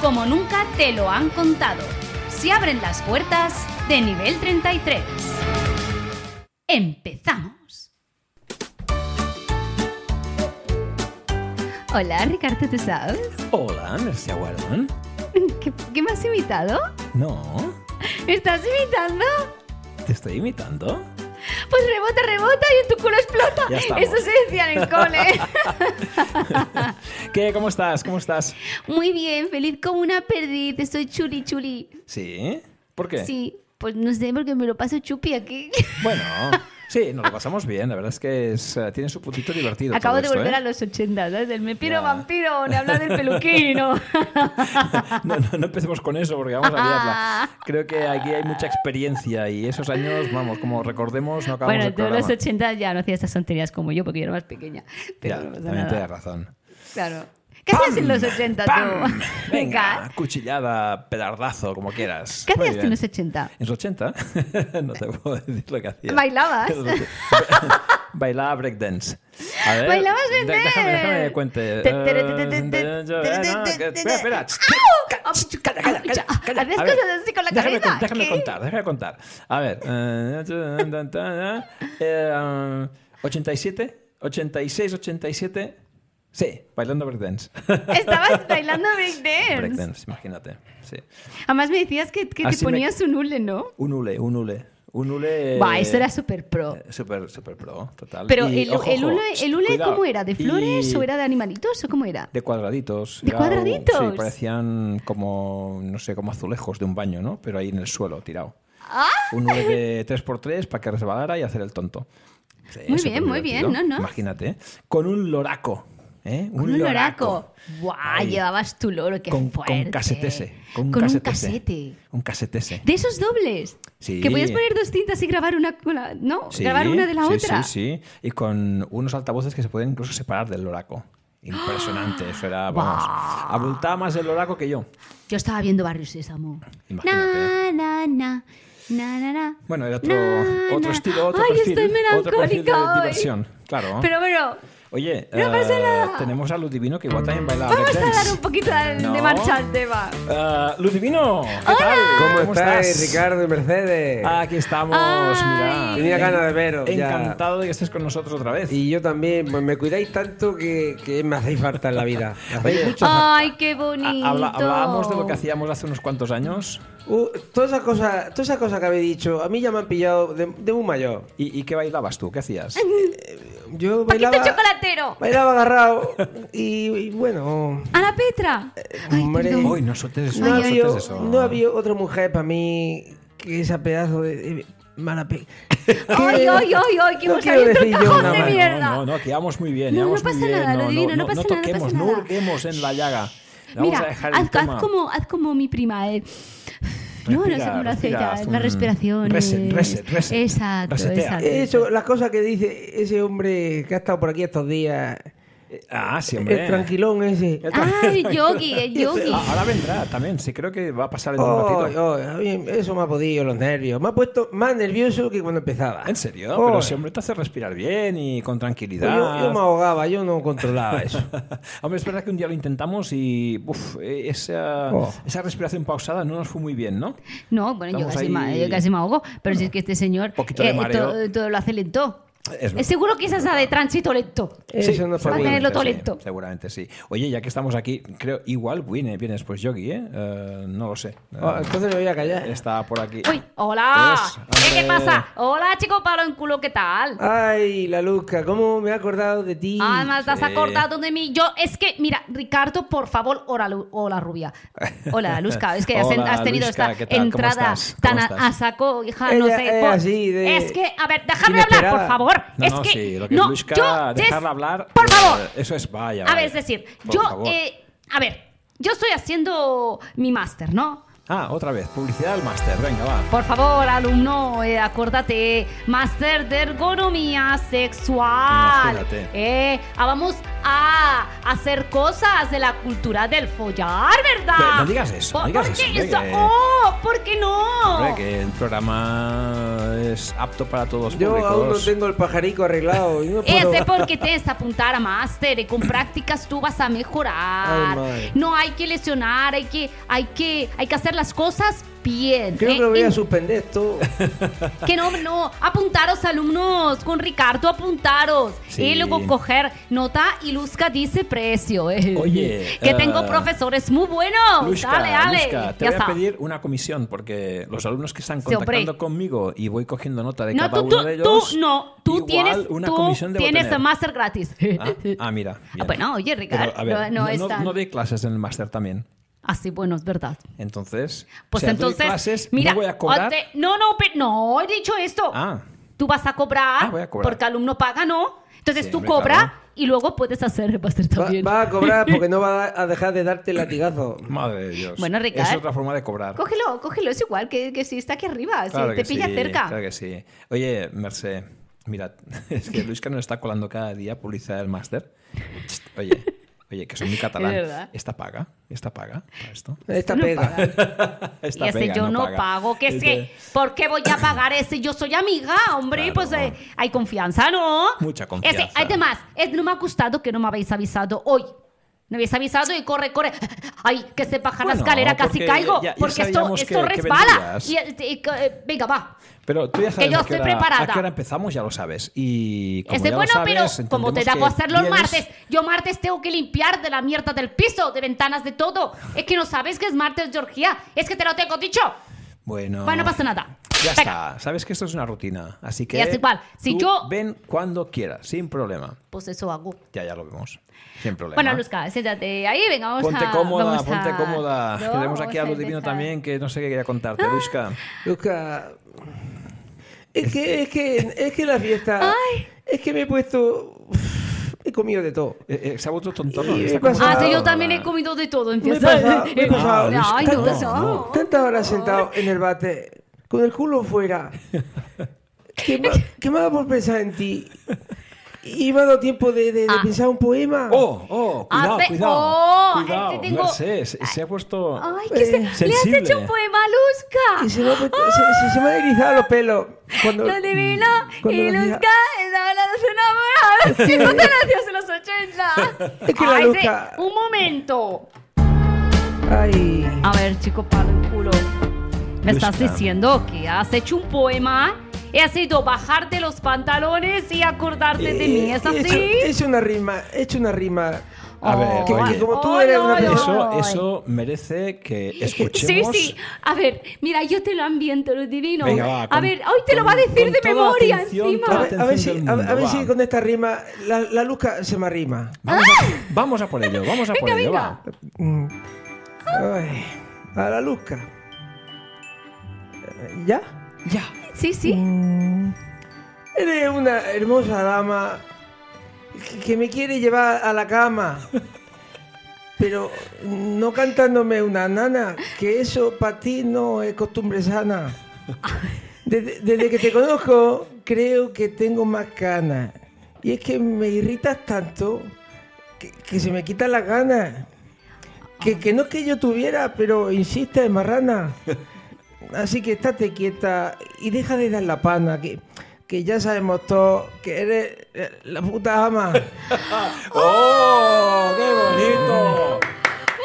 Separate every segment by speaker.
Speaker 1: como nunca te lo han contado. Se abren las puertas de nivel 33. Empezamos. Hola, Ricardo, ¿tú sabes?
Speaker 2: Hola, Mercé Guarón.
Speaker 1: ¿Qué, qué me has invitado?
Speaker 2: No,
Speaker 1: ¿Me estás invitando?
Speaker 2: te estoy imitando.
Speaker 1: Pues rebota, rebota y en tu culo explota.
Speaker 2: Ya estamos.
Speaker 1: Eso se decía en el cole.
Speaker 2: ¿Qué? ¿Cómo estás? ¿Cómo estás?
Speaker 1: Muy bien, feliz como una perdiz. Estoy chuli, chuli.
Speaker 2: ¿Sí? ¿Por qué?
Speaker 1: Sí, pues no sé, porque me lo paso chupi aquí.
Speaker 2: Bueno, sí, nos lo pasamos bien. La verdad es que es, eh, tiene su puntito divertido.
Speaker 1: Acabo
Speaker 2: todo
Speaker 1: de
Speaker 2: esto,
Speaker 1: volver
Speaker 2: ¿eh?
Speaker 1: a los 80, ¿sabes? Del me piro
Speaker 2: Ya.
Speaker 1: vampiro, ni hablar del peluquino.
Speaker 2: No, no, no empecemos con eso porque vamos a liarla. Creo que aquí hay mucha experiencia y esos años, vamos, como recordemos, no acabamos
Speaker 1: bueno,
Speaker 2: el
Speaker 1: tú en
Speaker 2: programa.
Speaker 1: los 80 ya no hacías estas tonterías como yo, porque yo era más pequeña. Pero
Speaker 2: Ya,
Speaker 1: no pasa
Speaker 2: también
Speaker 1: nada.
Speaker 2: tienes razón.
Speaker 1: Claro. ¿Qué hacías en los 80 tú?
Speaker 2: ¡Pam! Venga, cuchillada, pedardazo, como quieras.
Speaker 1: ¿Qué
Speaker 2: Muy
Speaker 1: hacías tú en
Speaker 2: bien.
Speaker 1: los 80?
Speaker 2: En los 80, no te puedo decir lo que hacía.
Speaker 1: ¿Bailabas?
Speaker 2: Bailaba breakdance. A ver,
Speaker 1: ¿Bailabas
Speaker 2: de-
Speaker 1: breakdance?
Speaker 2: Déjame, déjame que cuente.
Speaker 1: Te-
Speaker 2: Eh,
Speaker 1: te- te- te- te-
Speaker 2: yo-
Speaker 1: te-
Speaker 2: eh,
Speaker 1: te-
Speaker 2: no,
Speaker 1: te-
Speaker 2: que-
Speaker 1: te-
Speaker 2: Espera, espera.
Speaker 1: ¡Au!
Speaker 2: Calla, calla, calla, calla.
Speaker 1: ¿Hacías
Speaker 2: A ver,
Speaker 1: cosas así con la
Speaker 2: déjame
Speaker 1: cabeza?
Speaker 2: con- Déjame
Speaker 1: ¿Qué?
Speaker 2: contar, déjame contar. A ver. eh, eh, 87, 86, 87. Sí, bailando breakdance.
Speaker 1: Estabas bailando breakdance.
Speaker 2: Breakdance, imagínate. Sí.
Speaker 1: Además me decías que, que te
Speaker 2: Así me-
Speaker 1: ponías un hule, ¿no?
Speaker 2: Un hule, un hule. Un hule.
Speaker 1: Va,
Speaker 2: eh,
Speaker 1: eso era súper pro.
Speaker 2: Eh, Super, super pro, total.
Speaker 1: Pero
Speaker 2: Y,
Speaker 1: el,
Speaker 2: ojo,
Speaker 1: el
Speaker 2: ojo,
Speaker 1: hule, el hule
Speaker 2: cuidado.
Speaker 1: ¿cómo era? ¿De flores
Speaker 2: Y
Speaker 1: o era de animalitos o cómo era?
Speaker 2: De cuadraditos.
Speaker 1: ¿De
Speaker 2: Era un-
Speaker 1: cuadraditos?
Speaker 2: Sí, parecían como, no sé, como azulejos de un baño, ¿no? Pero ahí en el suelo, tirado.
Speaker 1: ¡Ah!
Speaker 2: Un hule de 3x3 para que resbalara y hacer el tonto. Sí,
Speaker 1: Muy
Speaker 2: súper
Speaker 1: bien, muy bien,
Speaker 2: divertido.
Speaker 1: no, no.
Speaker 2: Imagínate, ¿eh? con un loraco. ¿eh?
Speaker 1: Con un loraco. ¡Guau!
Speaker 2: Ahí.
Speaker 1: Llevabas tu loro, qué
Speaker 2: Con,
Speaker 1: fuerte.
Speaker 2: con casetese. Con, un
Speaker 1: Con un
Speaker 2: casetese.
Speaker 1: casete.
Speaker 2: Un casetese.
Speaker 1: De esos dobles.
Speaker 2: Sí.
Speaker 1: Que podías poner dos cintas y grabar una con la- ¿No?
Speaker 2: Sí,
Speaker 1: grabar una de la
Speaker 2: sí,
Speaker 1: otra.
Speaker 2: Sí, sí, y con unos altavoces que se pueden incluso separar del loraco. Impresionante, eso era, vamos,
Speaker 1: Buah.
Speaker 2: abultaba más el loraco que yo.
Speaker 1: Yo estaba viendo Barrio Sésamo. Na,
Speaker 2: Imagínate.
Speaker 1: na, na. Na, na, na.
Speaker 2: Bueno, era otro,
Speaker 1: Na,
Speaker 2: otro
Speaker 1: na.
Speaker 2: estilo, otro
Speaker 1: Ay,
Speaker 2: perfil,
Speaker 1: estoy
Speaker 2: otro perfil de
Speaker 1: melancólica hoy.
Speaker 2: diversión, claro. Ah,
Speaker 1: Pero bueno,
Speaker 2: Oye,
Speaker 1: no
Speaker 2: eh,
Speaker 1: pasa nada.
Speaker 2: tenemos a Luz Divino que igual también baila
Speaker 1: vamos a
Speaker 2: breakdance.
Speaker 1: dar un poquito de, de
Speaker 2: No.
Speaker 1: marcha al tema.
Speaker 2: Eh, Luz Divino, ¿qué tal?
Speaker 3: ¿Cómo, Ah, estáis,
Speaker 2: estás?
Speaker 3: Ricardo y Mercedes?
Speaker 2: Aquí estamos, mira.
Speaker 1: Ay.
Speaker 3: Tenía ganas de veros, ya.
Speaker 2: Encantado de que estés con nosotros otra vez.
Speaker 3: Y yo también, pues me cuidáis tanto que, que me hacéis falta en la vida. Me hacéis mucho falta.
Speaker 1: Ay, qué bonito.
Speaker 2: Ha- habla- hablábamos de lo que hacíamos hace unos cuantos años.
Speaker 3: Uh, todas esas cosas todas esas cosas que habéis dicho, a mí ya me han pillado de, de muy mayor.
Speaker 2: ¿Y, y qué bailabas tú? ¿Qué hacías?
Speaker 3: Yo
Speaker 1: Paquito
Speaker 3: bailaba,
Speaker 1: chocolatero.
Speaker 3: bailaba agarrado y, y bueno,
Speaker 1: A la Petra.
Speaker 2: Eh,
Speaker 1: Ay,
Speaker 3: hombre,
Speaker 1: perdón.
Speaker 2: Uy, no sueltes eso.
Speaker 3: no,
Speaker 2: no
Speaker 3: había,
Speaker 2: sueltes eso.
Speaker 3: no había otra mujer para mí que esa pedazo de, de mala pe...
Speaker 1: Ay, ay, ay, ay, que
Speaker 3: No
Speaker 1: hemos
Speaker 3: quiero
Speaker 1: abierto el
Speaker 3: decir yo
Speaker 1: cajón
Speaker 3: nada
Speaker 1: de
Speaker 3: más.
Speaker 2: No,
Speaker 1: mierda.
Speaker 2: No, no, que vamos muy bien.
Speaker 1: No,
Speaker 2: íbamos
Speaker 1: no pasa
Speaker 2: muy bien.
Speaker 1: nada, lo divino, no
Speaker 2: no,
Speaker 1: pasa
Speaker 2: no
Speaker 1: nada, no
Speaker 2: toquemos,
Speaker 1: pasa
Speaker 2: no
Speaker 1: nada.
Speaker 2: hurguemos en la llaga. Vamos
Speaker 1: Mira,
Speaker 2: a dejar
Speaker 1: haz,
Speaker 2: el
Speaker 1: haz
Speaker 2: tema.
Speaker 1: como, haz como mi prima. eh. no, no sé
Speaker 2: Respira,
Speaker 1: cómo lo hace
Speaker 2: respira,
Speaker 1: ella.
Speaker 2: haz
Speaker 1: La
Speaker 2: un
Speaker 1: respiración.
Speaker 2: reset, reset, reset.
Speaker 1: Exacto,
Speaker 2: Resetea. Eh,
Speaker 1: exacto.
Speaker 3: Eso, las cosas que dice ese hombre que ha estado por aquí estos días,
Speaker 2: Ah, sí, hombre.
Speaker 3: el tranquilón ese.
Speaker 1: Eh, Ah, el yogi, el yogi.
Speaker 2: Ah, Ahora vendrá también. Sí, creo que va a pasar en un
Speaker 3: Oh,
Speaker 2: ratito.
Speaker 3: oh, a mí eso me ha podido los nervios. Me ha puesto más nervioso que cuando empezaba.
Speaker 2: ¿En serio?
Speaker 3: Oh,
Speaker 2: Pero si hombre te hace respirar bien y con
Speaker 3: pues yo,
Speaker 2: tranquilidad.
Speaker 3: yo me ahogaba, yo no controlaba eso.
Speaker 2: Hombre, es verdad que un día lo intentamos y uf, eh, esa,
Speaker 3: Oh.
Speaker 2: esa respiración pausada no nos fue muy bien, ¿no?
Speaker 1: No, bueno, yo
Speaker 2: Estamos
Speaker 1: casi,
Speaker 2: ahí-
Speaker 1: ma- yo casi me ahogo. Pero si es que este señor
Speaker 2: Poquito de mareo.
Speaker 1: todo, todo lo hace lento. Eh,
Speaker 2: Es verdad.
Speaker 1: seguro que esa es la de tránsito lento.
Speaker 3: Eso
Speaker 2: seguramente,
Speaker 3: no fue
Speaker 1: Eh,
Speaker 3: bueno.
Speaker 1: tenerlo todo
Speaker 2: sí,
Speaker 1: lento.
Speaker 2: seguramente sí. Oye, ya que estamos aquí, creo igual viene, vienes pues Yogi, ¿eh? Eh, no lo sé. Eh,
Speaker 3: Oh, entonces me voy a callar.
Speaker 2: está por aquí. Pues,
Speaker 1: Uy, hola. Eh,
Speaker 2: Es,
Speaker 1: ¿Qué, ¿Qué
Speaker 2: hombre.
Speaker 1: pasa? Hola, chico, palo en culo, ¿qué tal?
Speaker 3: Ay, la Luzca, ¿cómo me he acordado de ti?
Speaker 1: Además, te Ah, has
Speaker 2: Sí.
Speaker 1: acordado de mí. Yo, es que, mira, Ricardo, por favor, hola, Lu- hola rubia. Hola, Luzca. Es que has,
Speaker 2: Hola,
Speaker 1: has tenido
Speaker 2: Luzca, ¿qué
Speaker 1: esta
Speaker 2: tal? ¿Cómo
Speaker 1: entrada
Speaker 2: estás? ¿Cómo
Speaker 1: tan a,
Speaker 2: estás?
Speaker 1: a saco, hija,
Speaker 3: Ella
Speaker 1: no sé.
Speaker 3: es
Speaker 1: por-
Speaker 3: así de-
Speaker 1: Es que, a ver, déjame hablar,
Speaker 3: inesperada.
Speaker 1: por favor. favor.
Speaker 2: No,
Speaker 1: es
Speaker 2: no,
Speaker 1: que,
Speaker 2: sí, lo que
Speaker 1: no,
Speaker 2: es Luisca,
Speaker 1: yo, Jess,
Speaker 2: dejarla hablar.
Speaker 1: Por
Speaker 2: eh,
Speaker 1: favor.
Speaker 2: Eso es vaya.
Speaker 1: A
Speaker 2: vaya.
Speaker 1: ver, es decir,
Speaker 2: Por
Speaker 1: yo,
Speaker 2: favor.
Speaker 1: eh, a ver, yo estoy haciendo mi máster, ¿no?
Speaker 2: Ah, otra vez. Publicidad al máster. Venga, va.
Speaker 1: Por favor, alumno, eh, acuérdate, máster de ergonomía sexual.
Speaker 2: Imagínate.
Speaker 1: Eh, ah, vamos a hacer cosas de la cultura del follar, ¿verdad?
Speaker 2: Pero no digas eso,
Speaker 1: ¿Por,
Speaker 2: no digas
Speaker 1: por qué
Speaker 2: eso, hombre, que-
Speaker 1: Oh, ¿por qué no?
Speaker 2: Hombre, que el programa es apto para todos los
Speaker 3: Yo aún no
Speaker 2: públicos.
Speaker 3: tengo el pajarico arreglado. yo no puedo-
Speaker 1: Ese porque tienes que apuntar a máster y con prácticas tú vas a mejorar.
Speaker 3: Ay, madre.
Speaker 1: no hay que lesionar, hay que, hay que, hay que hacer las cosas bien.
Speaker 3: Creo
Speaker 1: ¿eh?
Speaker 3: que lo voy a
Speaker 1: Y-
Speaker 3: suspender esto.
Speaker 1: Que no, no, apuntaros alumnos, con Ricardo apuntaros.
Speaker 2: Sí.
Speaker 1: Y luego coger nota y Luzca dice precio. eh.
Speaker 2: Oye,
Speaker 1: que
Speaker 2: eh,
Speaker 1: tengo profesores muy buenos.
Speaker 2: Lushka,
Speaker 1: dale, dale.
Speaker 2: Lushka, te
Speaker 1: Ya
Speaker 2: voy
Speaker 1: está.
Speaker 2: a pedir una comisión porque los alumnos que están
Speaker 1: Sí, hombre.
Speaker 2: contactando conmigo y voy cogiendo nota de
Speaker 1: no,
Speaker 2: cada
Speaker 1: tú,
Speaker 2: uno
Speaker 1: tú-
Speaker 2: de ellos.
Speaker 1: tú no, tú
Speaker 2: igual
Speaker 1: tienes,
Speaker 2: una
Speaker 1: tú
Speaker 2: comisión debo
Speaker 1: tienes
Speaker 2: tener.
Speaker 1: el máster gratis.
Speaker 2: Ah, ah, mira. bien.
Speaker 1: Ah, bueno, oye,
Speaker 2: Pero,
Speaker 1: Ricardo,
Speaker 2: a ver,
Speaker 1: no,
Speaker 2: no,
Speaker 1: es tan-
Speaker 2: doy clases en el máster también.
Speaker 1: Ah, sí, bueno, es verdad.
Speaker 2: Entonces,
Speaker 1: Pues
Speaker 2: o sea, doy
Speaker 1: entonces,
Speaker 2: clases,
Speaker 1: mira,
Speaker 2: no voy a cobrar.
Speaker 1: ante- no, no, pero no, he dicho esto.
Speaker 2: Ah,
Speaker 1: Tú vas a cobrar,
Speaker 2: Ah, voy a cobrar.
Speaker 1: porque alumno paga, ¿no? Entonces
Speaker 2: Sí,
Speaker 1: tú
Speaker 2: hombre,
Speaker 1: cobras
Speaker 2: claro.
Speaker 1: y luego puedes hacer el máster
Speaker 3: Va,
Speaker 1: también.
Speaker 3: va a cobrar porque no va a dejar de darte latigazo.
Speaker 2: madre de Dios.
Speaker 1: Bueno, Ricard.
Speaker 2: Es otra forma de cobrar.
Speaker 1: Cógelo, cógelo, es igual que, que si está aquí arriba, si
Speaker 2: Claro
Speaker 1: te
Speaker 2: que
Speaker 1: pilla
Speaker 2: sí,
Speaker 1: cerca.
Speaker 2: Claro que sí. Oye, Merced, mirad, es que Luisca nos está colando cada día publicidad del máster. Chst, Oye, oye, que soy muy catalán.
Speaker 1: Es verdad.
Speaker 2: Esta paga, esta paga para esto.
Speaker 3: Esta
Speaker 1: No
Speaker 3: pega.
Speaker 1: paga.
Speaker 2: Esta
Speaker 1: y ese
Speaker 2: pega,
Speaker 1: yo no,
Speaker 2: paga.
Speaker 1: pago, que es que,
Speaker 2: Este,
Speaker 1: ¿por qué voy a pagar ese? Yo soy amiga, hombre,
Speaker 2: Claro.
Speaker 1: pues eh, hay confianza, ¿no?
Speaker 2: Mucha confianza.
Speaker 1: Ese, además, es, no me ha gustado que no me habéis avisado hoy. No habéis avisado y corre, corre. Ay, que se baja la
Speaker 2: Bueno,
Speaker 1: escalera, casi
Speaker 2: porque
Speaker 1: caigo.
Speaker 2: ya- ya
Speaker 1: porque esto,
Speaker 2: sabíamos
Speaker 1: esto
Speaker 2: que- que
Speaker 1: resbala.
Speaker 2: vendrías.
Speaker 1: Y, eh, eh, venga, va.
Speaker 2: Pero tú ya sabes
Speaker 1: yo
Speaker 2: a qué
Speaker 1: estoy
Speaker 2: hora-
Speaker 1: preparada.
Speaker 2: A qué hora empezamos, ya lo sabes. Y como
Speaker 1: Este,
Speaker 2: ya lo
Speaker 1: bueno,
Speaker 2: sabes,
Speaker 1: pero como te
Speaker 2: entendemos
Speaker 1: da
Speaker 2: que
Speaker 1: por hacerlo el
Speaker 2: vienes-
Speaker 1: martes, yo martes tengo que limpiar de la mierda del piso, de ventanas, de todo. Es que no sabes que es martes, Georgia. Es que te lo tengo dicho.
Speaker 2: Bueno,
Speaker 1: Bueno, no pasa nada.
Speaker 2: Ya
Speaker 1: Venga.
Speaker 2: está. Sabes que esto es una rutina. Así que.
Speaker 1: Ya es igual. Si
Speaker 2: tú
Speaker 1: yo-
Speaker 2: Ven cuando quieras, sin problema.
Speaker 1: Pues eso hago.
Speaker 2: Ya, ya lo vemos. Sin problema.
Speaker 1: Bueno, Luzca, siéntate ahí, venga, vamos
Speaker 2: Ponte
Speaker 1: a...
Speaker 2: cómoda,
Speaker 1: vamos a-
Speaker 2: ponte cómoda.
Speaker 1: No, Ah.
Speaker 2: Tenemos aquí
Speaker 1: vamos
Speaker 2: algo
Speaker 1: a
Speaker 2: divino
Speaker 1: empezar.
Speaker 2: también que no sé qué quería contarte, Luisca.
Speaker 3: Luzca, Es que, es que, es que la fiesta. Es que me he puesto. He comido de todo.
Speaker 2: Eh, eh, se ha vuelto tontorno.
Speaker 3: Y
Speaker 2: está
Speaker 3: he pasado-
Speaker 1: Ah, sí, yo
Speaker 2: tontorno.
Speaker 1: también he comido de todo.
Speaker 3: Me he
Speaker 1: Empieza.
Speaker 3: pasado. Me he pasado.
Speaker 2: no,
Speaker 1: Ay, no,
Speaker 3: Tantas-
Speaker 2: no,
Speaker 1: no.
Speaker 3: Tantas horas sentado en el bate, con el culo fuera. Que, me- que me ha dado por pensar en ti. Y me ha dado tiempo de, de- de
Speaker 1: Ah.
Speaker 3: pensar un poema.
Speaker 2: Oh, oh, cuidado,
Speaker 1: Hace-
Speaker 2: cuidado.
Speaker 1: Ah, Oh,
Speaker 2: cuidado.
Speaker 1: eh, tengo-
Speaker 2: Merced, se, se ha puesto.
Speaker 1: Ay, que se-
Speaker 3: Eh,
Speaker 1: le has
Speaker 2: sensible.
Speaker 1: hecho un poema a
Speaker 3: Y
Speaker 1: Luzca.
Speaker 3: se me, ha puesto- se- se- se me han erizado los pelos. Cuando,
Speaker 1: Lo divino
Speaker 2: mm,
Speaker 3: cuando
Speaker 1: y
Speaker 3: lo hacía.
Speaker 1: Luzca estaba enamorada. ¿Qué gracias en los 80?
Speaker 3: Es que la
Speaker 1: Ay, sí,
Speaker 3: Luzca-
Speaker 1: Un momento.
Speaker 3: Ay.
Speaker 1: A ver, chico, palo el culo. Me estás
Speaker 2: Luzca.
Speaker 1: diciendo que has hecho un poema. He sido bajarte los pantalones y acordarte de mí. ¿Es
Speaker 3: Eh,
Speaker 1: así? Oh,
Speaker 3: he hecho- He hecho una rima. He hecho una rima.
Speaker 2: A ver,
Speaker 3: que-
Speaker 2: oye.
Speaker 3: que como tú eres una persona-
Speaker 2: Eso, eso merece que
Speaker 1: Sí,
Speaker 2: escuchemos.
Speaker 1: sí. A ver, mira, yo te lo ambiento, lo divino.
Speaker 2: Venga, va,
Speaker 1: a
Speaker 2: con-
Speaker 1: ver, hoy te lo va a
Speaker 2: con-
Speaker 1: decir de
Speaker 2: con toda
Speaker 1: memoria
Speaker 2: atención,
Speaker 3: A
Speaker 2: toda
Speaker 1: encima.
Speaker 3: ver, a ver si,
Speaker 2: atención
Speaker 3: a,
Speaker 2: del
Speaker 3: a ver
Speaker 2: mundo,
Speaker 3: si
Speaker 2: va.
Speaker 3: con esta rima la, la luzca se me arrima.
Speaker 2: Vamos, a, vamos a por ello, vamos a por
Speaker 1: Venga,
Speaker 2: ello.
Speaker 1: venga.
Speaker 2: va.
Speaker 3: Mm. Ay, a la luzca. Eh, ¿Ya?
Speaker 1: Sí, sí.
Speaker 3: Mm. Eres una hermosa dama que- que me quiere llevar a la cama. Pero no cantándome una nana, que eso para ti no es costumbre sana. Desde, desde que te conozco, creo que tengo más ganas. Y es que me irritas tanto que, que se me quitan las ganas. Que, que no es que yo tuviera, pero insiste, marrana. Así que estate quieta y deja de dar la pana, que, que ya sabemos todos que eres eh, la puta ama.
Speaker 2: ¡Oh! ¡Qué bonito!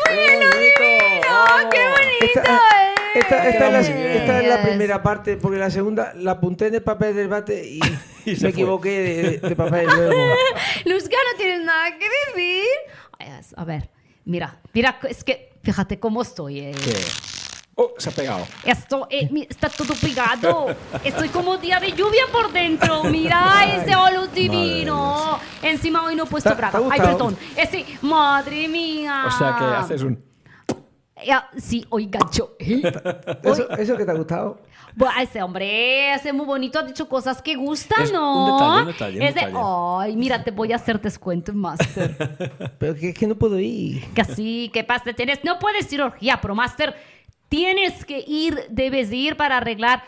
Speaker 2: ¡Muy bien,
Speaker 1: ¡Oh, qué bonito!
Speaker 3: Esta, ah,
Speaker 1: eh!
Speaker 3: esta- esta es la,
Speaker 2: Muy bien.
Speaker 3: esta es la
Speaker 1: Yes.
Speaker 3: primera parte, porque la segunda la apunté en el papel del bate y,
Speaker 2: Y
Speaker 3: me
Speaker 2: se fue.
Speaker 3: equivoqué de, de papel luego.
Speaker 1: Luzca, no tienes nada que decir. Ay, as- A ver, mira, mira, es que fíjate cómo estoy. eh.
Speaker 2: ¡Oh! Se ha pegado.
Speaker 1: Esto eh, mi- está todo pegado. Estoy como día de lluvia por dentro. Mira ese olor divino. Encima hoy no he puesto
Speaker 3: ¿Te- te ha
Speaker 1: braga. Ay,
Speaker 3: gustado?
Speaker 1: perdón. Ese, madre Eh, mía.
Speaker 2: O sea que haces un.
Speaker 1: Ya, sí, oiga, yo. eh.
Speaker 3: ¿Eso, ¿Eso que te ha gustado?
Speaker 1: Buah, ese hombre, ese muy bonito, ha dicho cosas que gustan,
Speaker 4: Es un detalle,
Speaker 1: ¿no?
Speaker 4: un detalle, un
Speaker 1: Es de,
Speaker 4: detalle.
Speaker 1: ay, mira, te voy a hacer descuento, Master.
Speaker 3: Pero que es que no puedo ir.
Speaker 1: que así, que pasa, tienes, no puedes ir a orgía, pero Master, tienes que ir, debes de ir para arreglar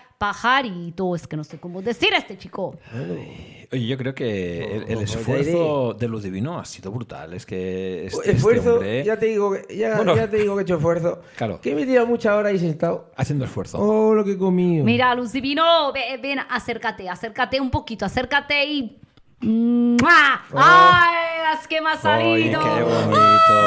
Speaker 1: pajaritos, que no sé cómo decir a este chico.
Speaker 4: Oh.
Speaker 2: Oye, yo creo que el, el
Speaker 3: Oh,
Speaker 2: esfuerzo de Luz Divino ha sido brutal. Es que este, este
Speaker 3: Oh, esfuerzo,
Speaker 2: hombre
Speaker 3: ya te digo que, ya,
Speaker 2: Bueno.
Speaker 3: ya te digo que he hecho esfuerzo.
Speaker 2: Claro.
Speaker 3: Que me he tirado muchas horas ahí sentado.
Speaker 2: haciendo esfuerzo.
Speaker 3: Oh, lo que he comido.
Speaker 1: Mira, Luz Divino, ve- ven, acércate, acércate un poquito, acércate y... ¡Mua!
Speaker 4: Oh.
Speaker 1: ¡Ay, las que más ha
Speaker 2: Ay,
Speaker 1: salido!
Speaker 2: qué bonito!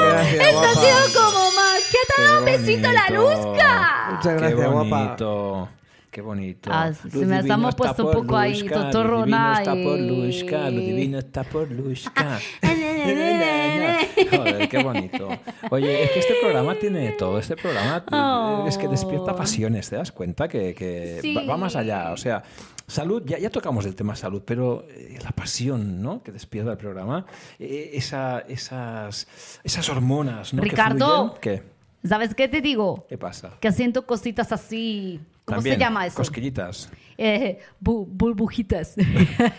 Speaker 3: Gracias,
Speaker 1: ¡Esto ha
Speaker 3: guapa.
Speaker 1: sido como magia! ¡Te da un
Speaker 2: Qué
Speaker 1: besito a la
Speaker 2: bonito.
Speaker 1: luzca!
Speaker 3: Muchas
Speaker 2: qué
Speaker 3: gracias, guapa.
Speaker 2: bonito. Qué bonito.
Speaker 1: Ah, se
Speaker 2: Luz
Speaker 1: me
Speaker 2: divino
Speaker 1: hemos
Speaker 2: está
Speaker 1: puesto un
Speaker 2: por
Speaker 1: poco ahí,
Speaker 2: Luzca, Luz
Speaker 1: totorrona,
Speaker 2: divino está por
Speaker 1: y-
Speaker 2: Luzca, lo divino está por
Speaker 1: Ah,
Speaker 2: Luzca. Joder, qué bonito. Oye, es que este programa tiene de todo. Este programa eh, es que despierta
Speaker 1: Oh.
Speaker 2: pasiones, ¿te das cuenta? Que, que
Speaker 1: Sí.
Speaker 2: va, va más allá. O sea, salud, ya, ya tocamos el tema salud, pero eh, la pasión, ¿no? Que despierta el programa. eh, esa- esas, esas hormonas, ¿no? Que
Speaker 1: Ricardo.
Speaker 2: fluyen. ¿Qué?
Speaker 1: ¿Sabes qué te digo?
Speaker 2: ¿Qué pasa?
Speaker 1: Que haciendo cositas así... ¿Cómo
Speaker 2: También,
Speaker 1: se llama eso?
Speaker 2: Cosquillitas.
Speaker 1: Eh, bu- burbujitas.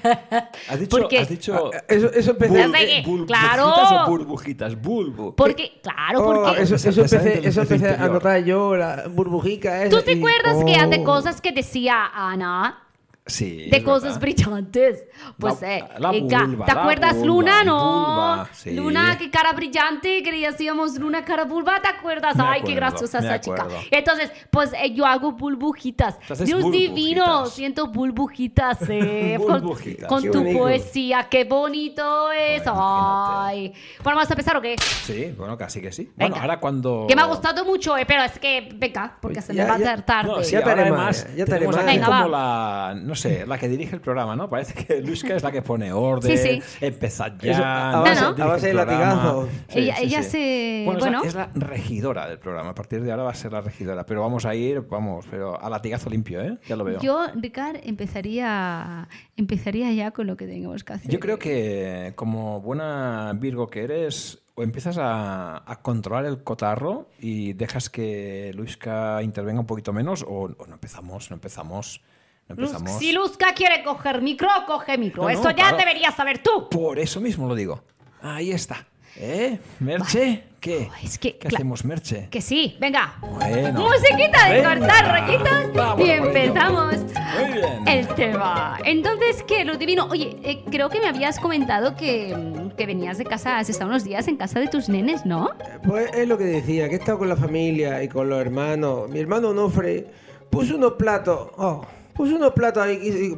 Speaker 2: Has dicho,
Speaker 1: Porque-
Speaker 2: has dicho
Speaker 3: Ah, eso- eso empecé-
Speaker 2: bul-
Speaker 1: Ya sé que-
Speaker 2: bul-
Speaker 1: claro.
Speaker 2: burbujitas o burbujitas, bulbo.
Speaker 1: Porque, claro,
Speaker 3: Oh,
Speaker 1: porque...
Speaker 3: eso, eso
Speaker 2: Esa
Speaker 3: empecé, eso
Speaker 2: inteligencia
Speaker 3: empecé a
Speaker 2: interior.
Speaker 3: notar yo, la burbujica.
Speaker 1: ¿Tú
Speaker 3: esa,
Speaker 1: te
Speaker 3: y-
Speaker 1: acuerdas que
Speaker 3: oh.
Speaker 1: hace cosas que decía Ana?
Speaker 2: Sí,
Speaker 1: de
Speaker 2: es
Speaker 1: cosas
Speaker 2: verdad.
Speaker 1: brillantes. Pues,
Speaker 2: La-
Speaker 1: eh,
Speaker 2: la
Speaker 1: eh, ca-
Speaker 2: vulva,
Speaker 1: ¿te
Speaker 2: la
Speaker 1: acuerdas,
Speaker 2: vulva,
Speaker 1: Luna? No.
Speaker 2: vulva, sí.
Speaker 1: Luna, qué cara brillante, que decíamos Luna, cara vulva, ¿te acuerdas?
Speaker 2: Me
Speaker 1: Ay, qué
Speaker 2: acuerdo,
Speaker 1: graciosa
Speaker 2: me
Speaker 1: esa chica.
Speaker 2: acuerdo.
Speaker 1: Entonces, pues eh, yo hago burbujitas.
Speaker 2: Haces
Speaker 1: Dios
Speaker 2: burbujitas.
Speaker 1: divino, siento burbujitas, eh, con-
Speaker 2: Burbujitas.
Speaker 1: con,
Speaker 3: Qué
Speaker 1: tu
Speaker 3: bonito.
Speaker 1: poesía, qué bonito es.
Speaker 2: imagínate.
Speaker 1: Ay. Bueno, vamos a empezar, ¿o qué?
Speaker 2: Sí, bueno, casi que sí. Bueno,
Speaker 1: Venga.
Speaker 2: ahora cuando...
Speaker 1: Que me ha gustado mucho, eh, pero es que, venga, porque se me
Speaker 3: Ya,
Speaker 1: va a
Speaker 3: ya.
Speaker 1: hacer tarde.
Speaker 2: No, sí,
Speaker 3: Ya te
Speaker 2: ahora
Speaker 3: haré
Speaker 2: además
Speaker 3: mal, ya te haré
Speaker 2: tenemos
Speaker 3: mal.
Speaker 2: aquí
Speaker 1: Venga,
Speaker 2: como la, no sé, la que dirige el programa, ¿no? Parece que Luzca es la que pone orden,
Speaker 1: Sí, sí.
Speaker 2: empezad ya,
Speaker 3: Eso, a
Speaker 2: no
Speaker 1: base-
Speaker 2: sé,
Speaker 1: a
Speaker 2: dirige
Speaker 3: base
Speaker 2: el
Speaker 3: de
Speaker 2: programa.
Speaker 3: latigazos.
Speaker 1: Ella- ella se-
Speaker 2: Bueno, es la-
Speaker 1: bueno.
Speaker 2: Es, la, regidora del programa, a partir de ahora va a ser la regidora, pero vamos a ir, vamos, pero a latigazo limpio, ¿eh? Ya lo veo.
Speaker 1: Yo, Ricard, empezaría, empezaría ya con lo que tengamos que hacer.
Speaker 2: Yo creo que como buena Virgo que eres, o empiezas a, a controlar el cotarro y dejas que Luisca intervenga un poquito menos, o, o no empezamos, no empezamos, no
Speaker 1: Luz-
Speaker 2: empezamos.
Speaker 1: si Luzca quiere coger micro, coge micro.
Speaker 2: No, no,
Speaker 1: Eso ya
Speaker 2: claro.
Speaker 1: deberías saber tú.
Speaker 2: Por eso mismo lo digo. Ahí está. ¿Eh? ¿Merche? ¿Qué?
Speaker 1: Oh, es que,
Speaker 2: ¿Qué
Speaker 1: cla-
Speaker 2: hacemos, Merche?
Speaker 1: Que sí, venga.
Speaker 2: Bueno.
Speaker 1: Musiquita de
Speaker 2: Venga.
Speaker 1: cortar rollitos
Speaker 2: Vamos
Speaker 1: y
Speaker 2: a por ello.
Speaker 1: empezamos
Speaker 2: Muy bien.
Speaker 1: el tema. Entonces, ¿qué? Lo divino. Oye, eh, creo que me habías comentado que, mm, que venías de casa, has estado unos días en casa de tus nenes, ¿no?
Speaker 3: Pues es lo que decía, que he estado con la familia y con los hermanos. Mi hermano Onofre puso unos platos. Oh, puso unos platos ahí. y- y-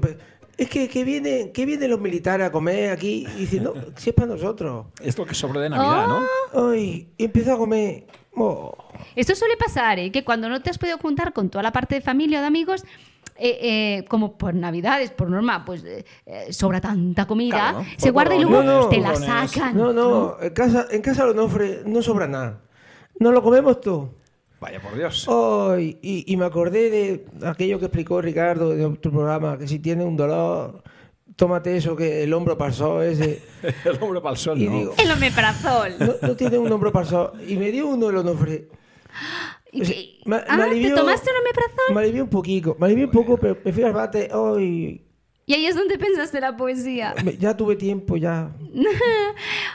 Speaker 3: es que, que, vienen, que vienen los militares a comer aquí. Y dice, no, si es para nosotros.
Speaker 2: Es lo que sobra de Navidad, ¿no?
Speaker 1: Oh.
Speaker 3: Ay, y empieza a comer. Oh.
Speaker 1: Esto suele pasar, ¿eh? que cuando no te has podido juntar con toda la parte de familia o de amigos, eh, eh, como por navidades, por norma, pues eh, eh, sobra tanta comida,
Speaker 2: Claro, ¿no?
Speaker 1: se guarda y luego
Speaker 3: No, no,
Speaker 1: te la
Speaker 2: polvorones.
Speaker 1: sacan.
Speaker 3: No, no, en casa, en casa de Onofre no sobra nada. No lo comemos todo.
Speaker 2: Vaya por Dios.
Speaker 1: Oh.
Speaker 3: Ay, y, y me acordé de aquello que explicó Ricardo de otro programa, que si tienes un dolor, tómate eso, que el hombro pasó ese.
Speaker 2: El hombro para el sol,
Speaker 3: Y
Speaker 2: ¿no?
Speaker 3: digo,
Speaker 1: El omeprazol.
Speaker 3: no, no tiene un hombro pasó. Y me dio uno el onofre.
Speaker 1: Y que-
Speaker 3: Me-
Speaker 1: ah,
Speaker 3: me
Speaker 1: ¿te
Speaker 3: alivió-
Speaker 1: tomaste el omeprazol?
Speaker 3: Me alivió un poquito, me alivió un poco, pero me fui al bate. Ay,
Speaker 1: Y ahí es donde pensaste la poesía.
Speaker 3: me- ya tuve tiempo, ya.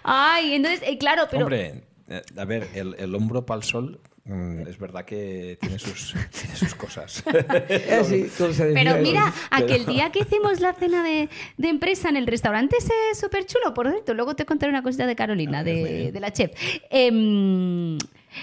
Speaker 1: Ay, entonces, eh, claro, pero...
Speaker 2: Hombre, eh, a ver, el, el hombro para el sol mm, es verdad que tiene sus, tiene sus cosas.
Speaker 3: Es así, como se decía.
Speaker 1: Pero mira, aquel día que hicimos la cena de, de empresa en el restaurante, ese súper chulo, por cierto. Luego te contaré una cosita de Carolina,
Speaker 2: Ah, es muy
Speaker 1: de,
Speaker 2: bien.
Speaker 1: de la chef. Em,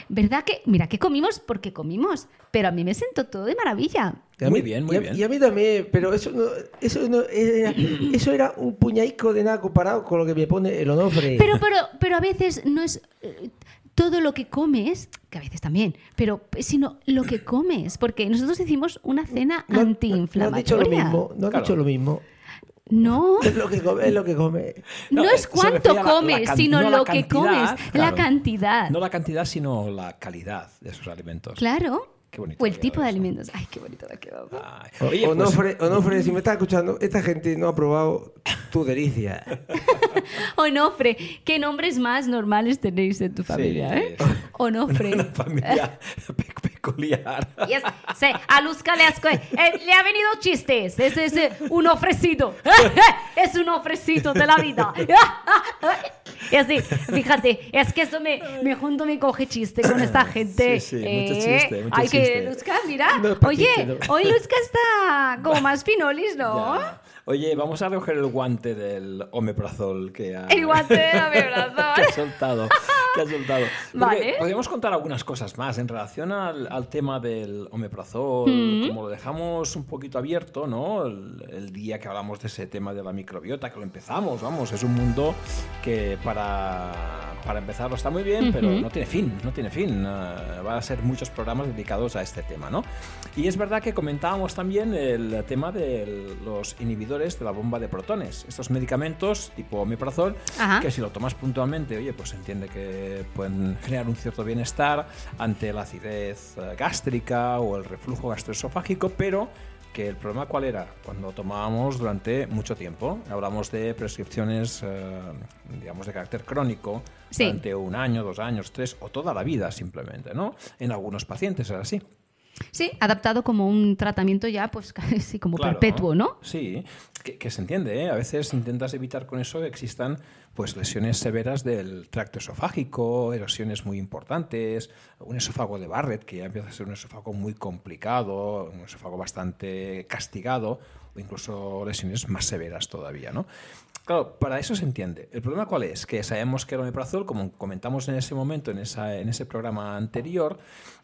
Speaker 1: ¿Verdad que, mira, que comimos porque comimos? Pero a mí me sentó todo de maravilla.
Speaker 3: Y a
Speaker 2: Muy
Speaker 3: mí-
Speaker 2: bien, muy
Speaker 3: y a-
Speaker 2: bien.
Speaker 3: Y a mí también, pero eso no, eso no era, eso era un puñaico de nada comparado con lo que me pone el onofre.
Speaker 1: Pero, pero, pero a veces no es eh, todo lo que comes, que a veces también, pero sino lo que comes, porque nosotros hicimos una cena
Speaker 3: No- No, has dicho lo
Speaker 1: antiinflamatoria.
Speaker 3: mismo, no has
Speaker 2: Claro.
Speaker 3: dicho lo mismo.
Speaker 1: No.
Speaker 3: Es lo que come, es lo que come.
Speaker 1: No,
Speaker 2: No, eh,
Speaker 1: es
Speaker 2: se
Speaker 1: cuánto
Speaker 2: refiere a la- la
Speaker 1: comes,
Speaker 2: can-
Speaker 1: sino
Speaker 2: no la
Speaker 1: lo que
Speaker 2: cantidad,
Speaker 1: comes, la
Speaker 2: claro.
Speaker 1: cantidad.
Speaker 2: No la cantidad, sino la calidad de esos alimentos.
Speaker 1: Claro.
Speaker 2: Qué bonito.
Speaker 1: O el
Speaker 2: ha
Speaker 1: tipo de
Speaker 2: quedado eso.
Speaker 1: alimentos. Ay, qué bonito la quedado.
Speaker 2: Ay, Oye, pues,
Speaker 3: Onofre, Onofre, si me estás escuchando, esta gente no ha probado tu delicia.
Speaker 1: Onofre, qué nombres más normales tenéis en tu familia,
Speaker 2: sí,
Speaker 1: ¿eh?
Speaker 2: sí.
Speaker 1: Onofre.
Speaker 2: una familia pe- peculiar.
Speaker 5: Y es, se, a Luz Caleasco, eh, eh, le ha venido chistes. Es, es eh, un ofrecito. Es un ofrecito de la vida.
Speaker 1: Y así, fíjate, es que eso me, me junto, me coge chiste con esta gente.
Speaker 2: Sí, sí, mucho chiste, mucho
Speaker 1: Hay que,
Speaker 2: chiste.
Speaker 1: Luzca, mira.
Speaker 2: No es para
Speaker 1: oye,
Speaker 2: chiste, no.
Speaker 1: hoy Luzca está como más finolis, ¿no?
Speaker 2: Ya. Oye, vamos a recoger el guante del omeprazol que ha...
Speaker 1: El guante de la
Speaker 2: que
Speaker 1: vibrazón.
Speaker 2: has soltado. que has soltado. Porque
Speaker 1: Vale.
Speaker 2: Podríamos contar algunas cosas más en relación al, al tema del omeprazol. Como lo dejamos un poquito abierto, ¿no? El, el día que hablamos de ese tema de la microbiota, que lo empezamos, vamos, es un mundo que para, para empezarlo está muy bien, pero no tiene fin, no tiene fin. Ah, va a ser muchos programas dedicados a este tema, ¿no? Y es verdad que comentábamos también el tema de los inhibidores de la bomba de protones. Estos medicamentos tipo omeprazol
Speaker 1: Ajá.
Speaker 2: que si lo tomas puntualmente, oye, pues se entiende que pueden generar un cierto bienestar ante la acidez eh, gástrica o el reflujo gastroesofágico, pero que el problema cuál era cuando lo tomábamos durante mucho tiempo. Hablamos de prescripciones, eh, digamos, de carácter crónico,
Speaker 1: Sí.
Speaker 2: durante un año, dos años, tres o toda la vida simplemente, ¿no? En algunos pacientes era así.
Speaker 1: Sí, adaptado como un tratamiento ya, pues casi como
Speaker 2: Claro,
Speaker 1: perpetuo, ¿no?
Speaker 2: Sí, que, que se entiende. ¿eh? A veces intentas evitar con eso que existan pues, lesiones severas del tracto esofágico, erosiones muy importantes, un esófago de Barrett, que ya empieza a ser un esófago muy complicado, un esófago bastante castigado, o incluso lesiones más severas todavía. ¿no? Claro, para eso se entiende. ¿El problema cuál es? Que sabemos que el omeprazol, como comentamos en ese momento, en, esa, en ese programa anterior,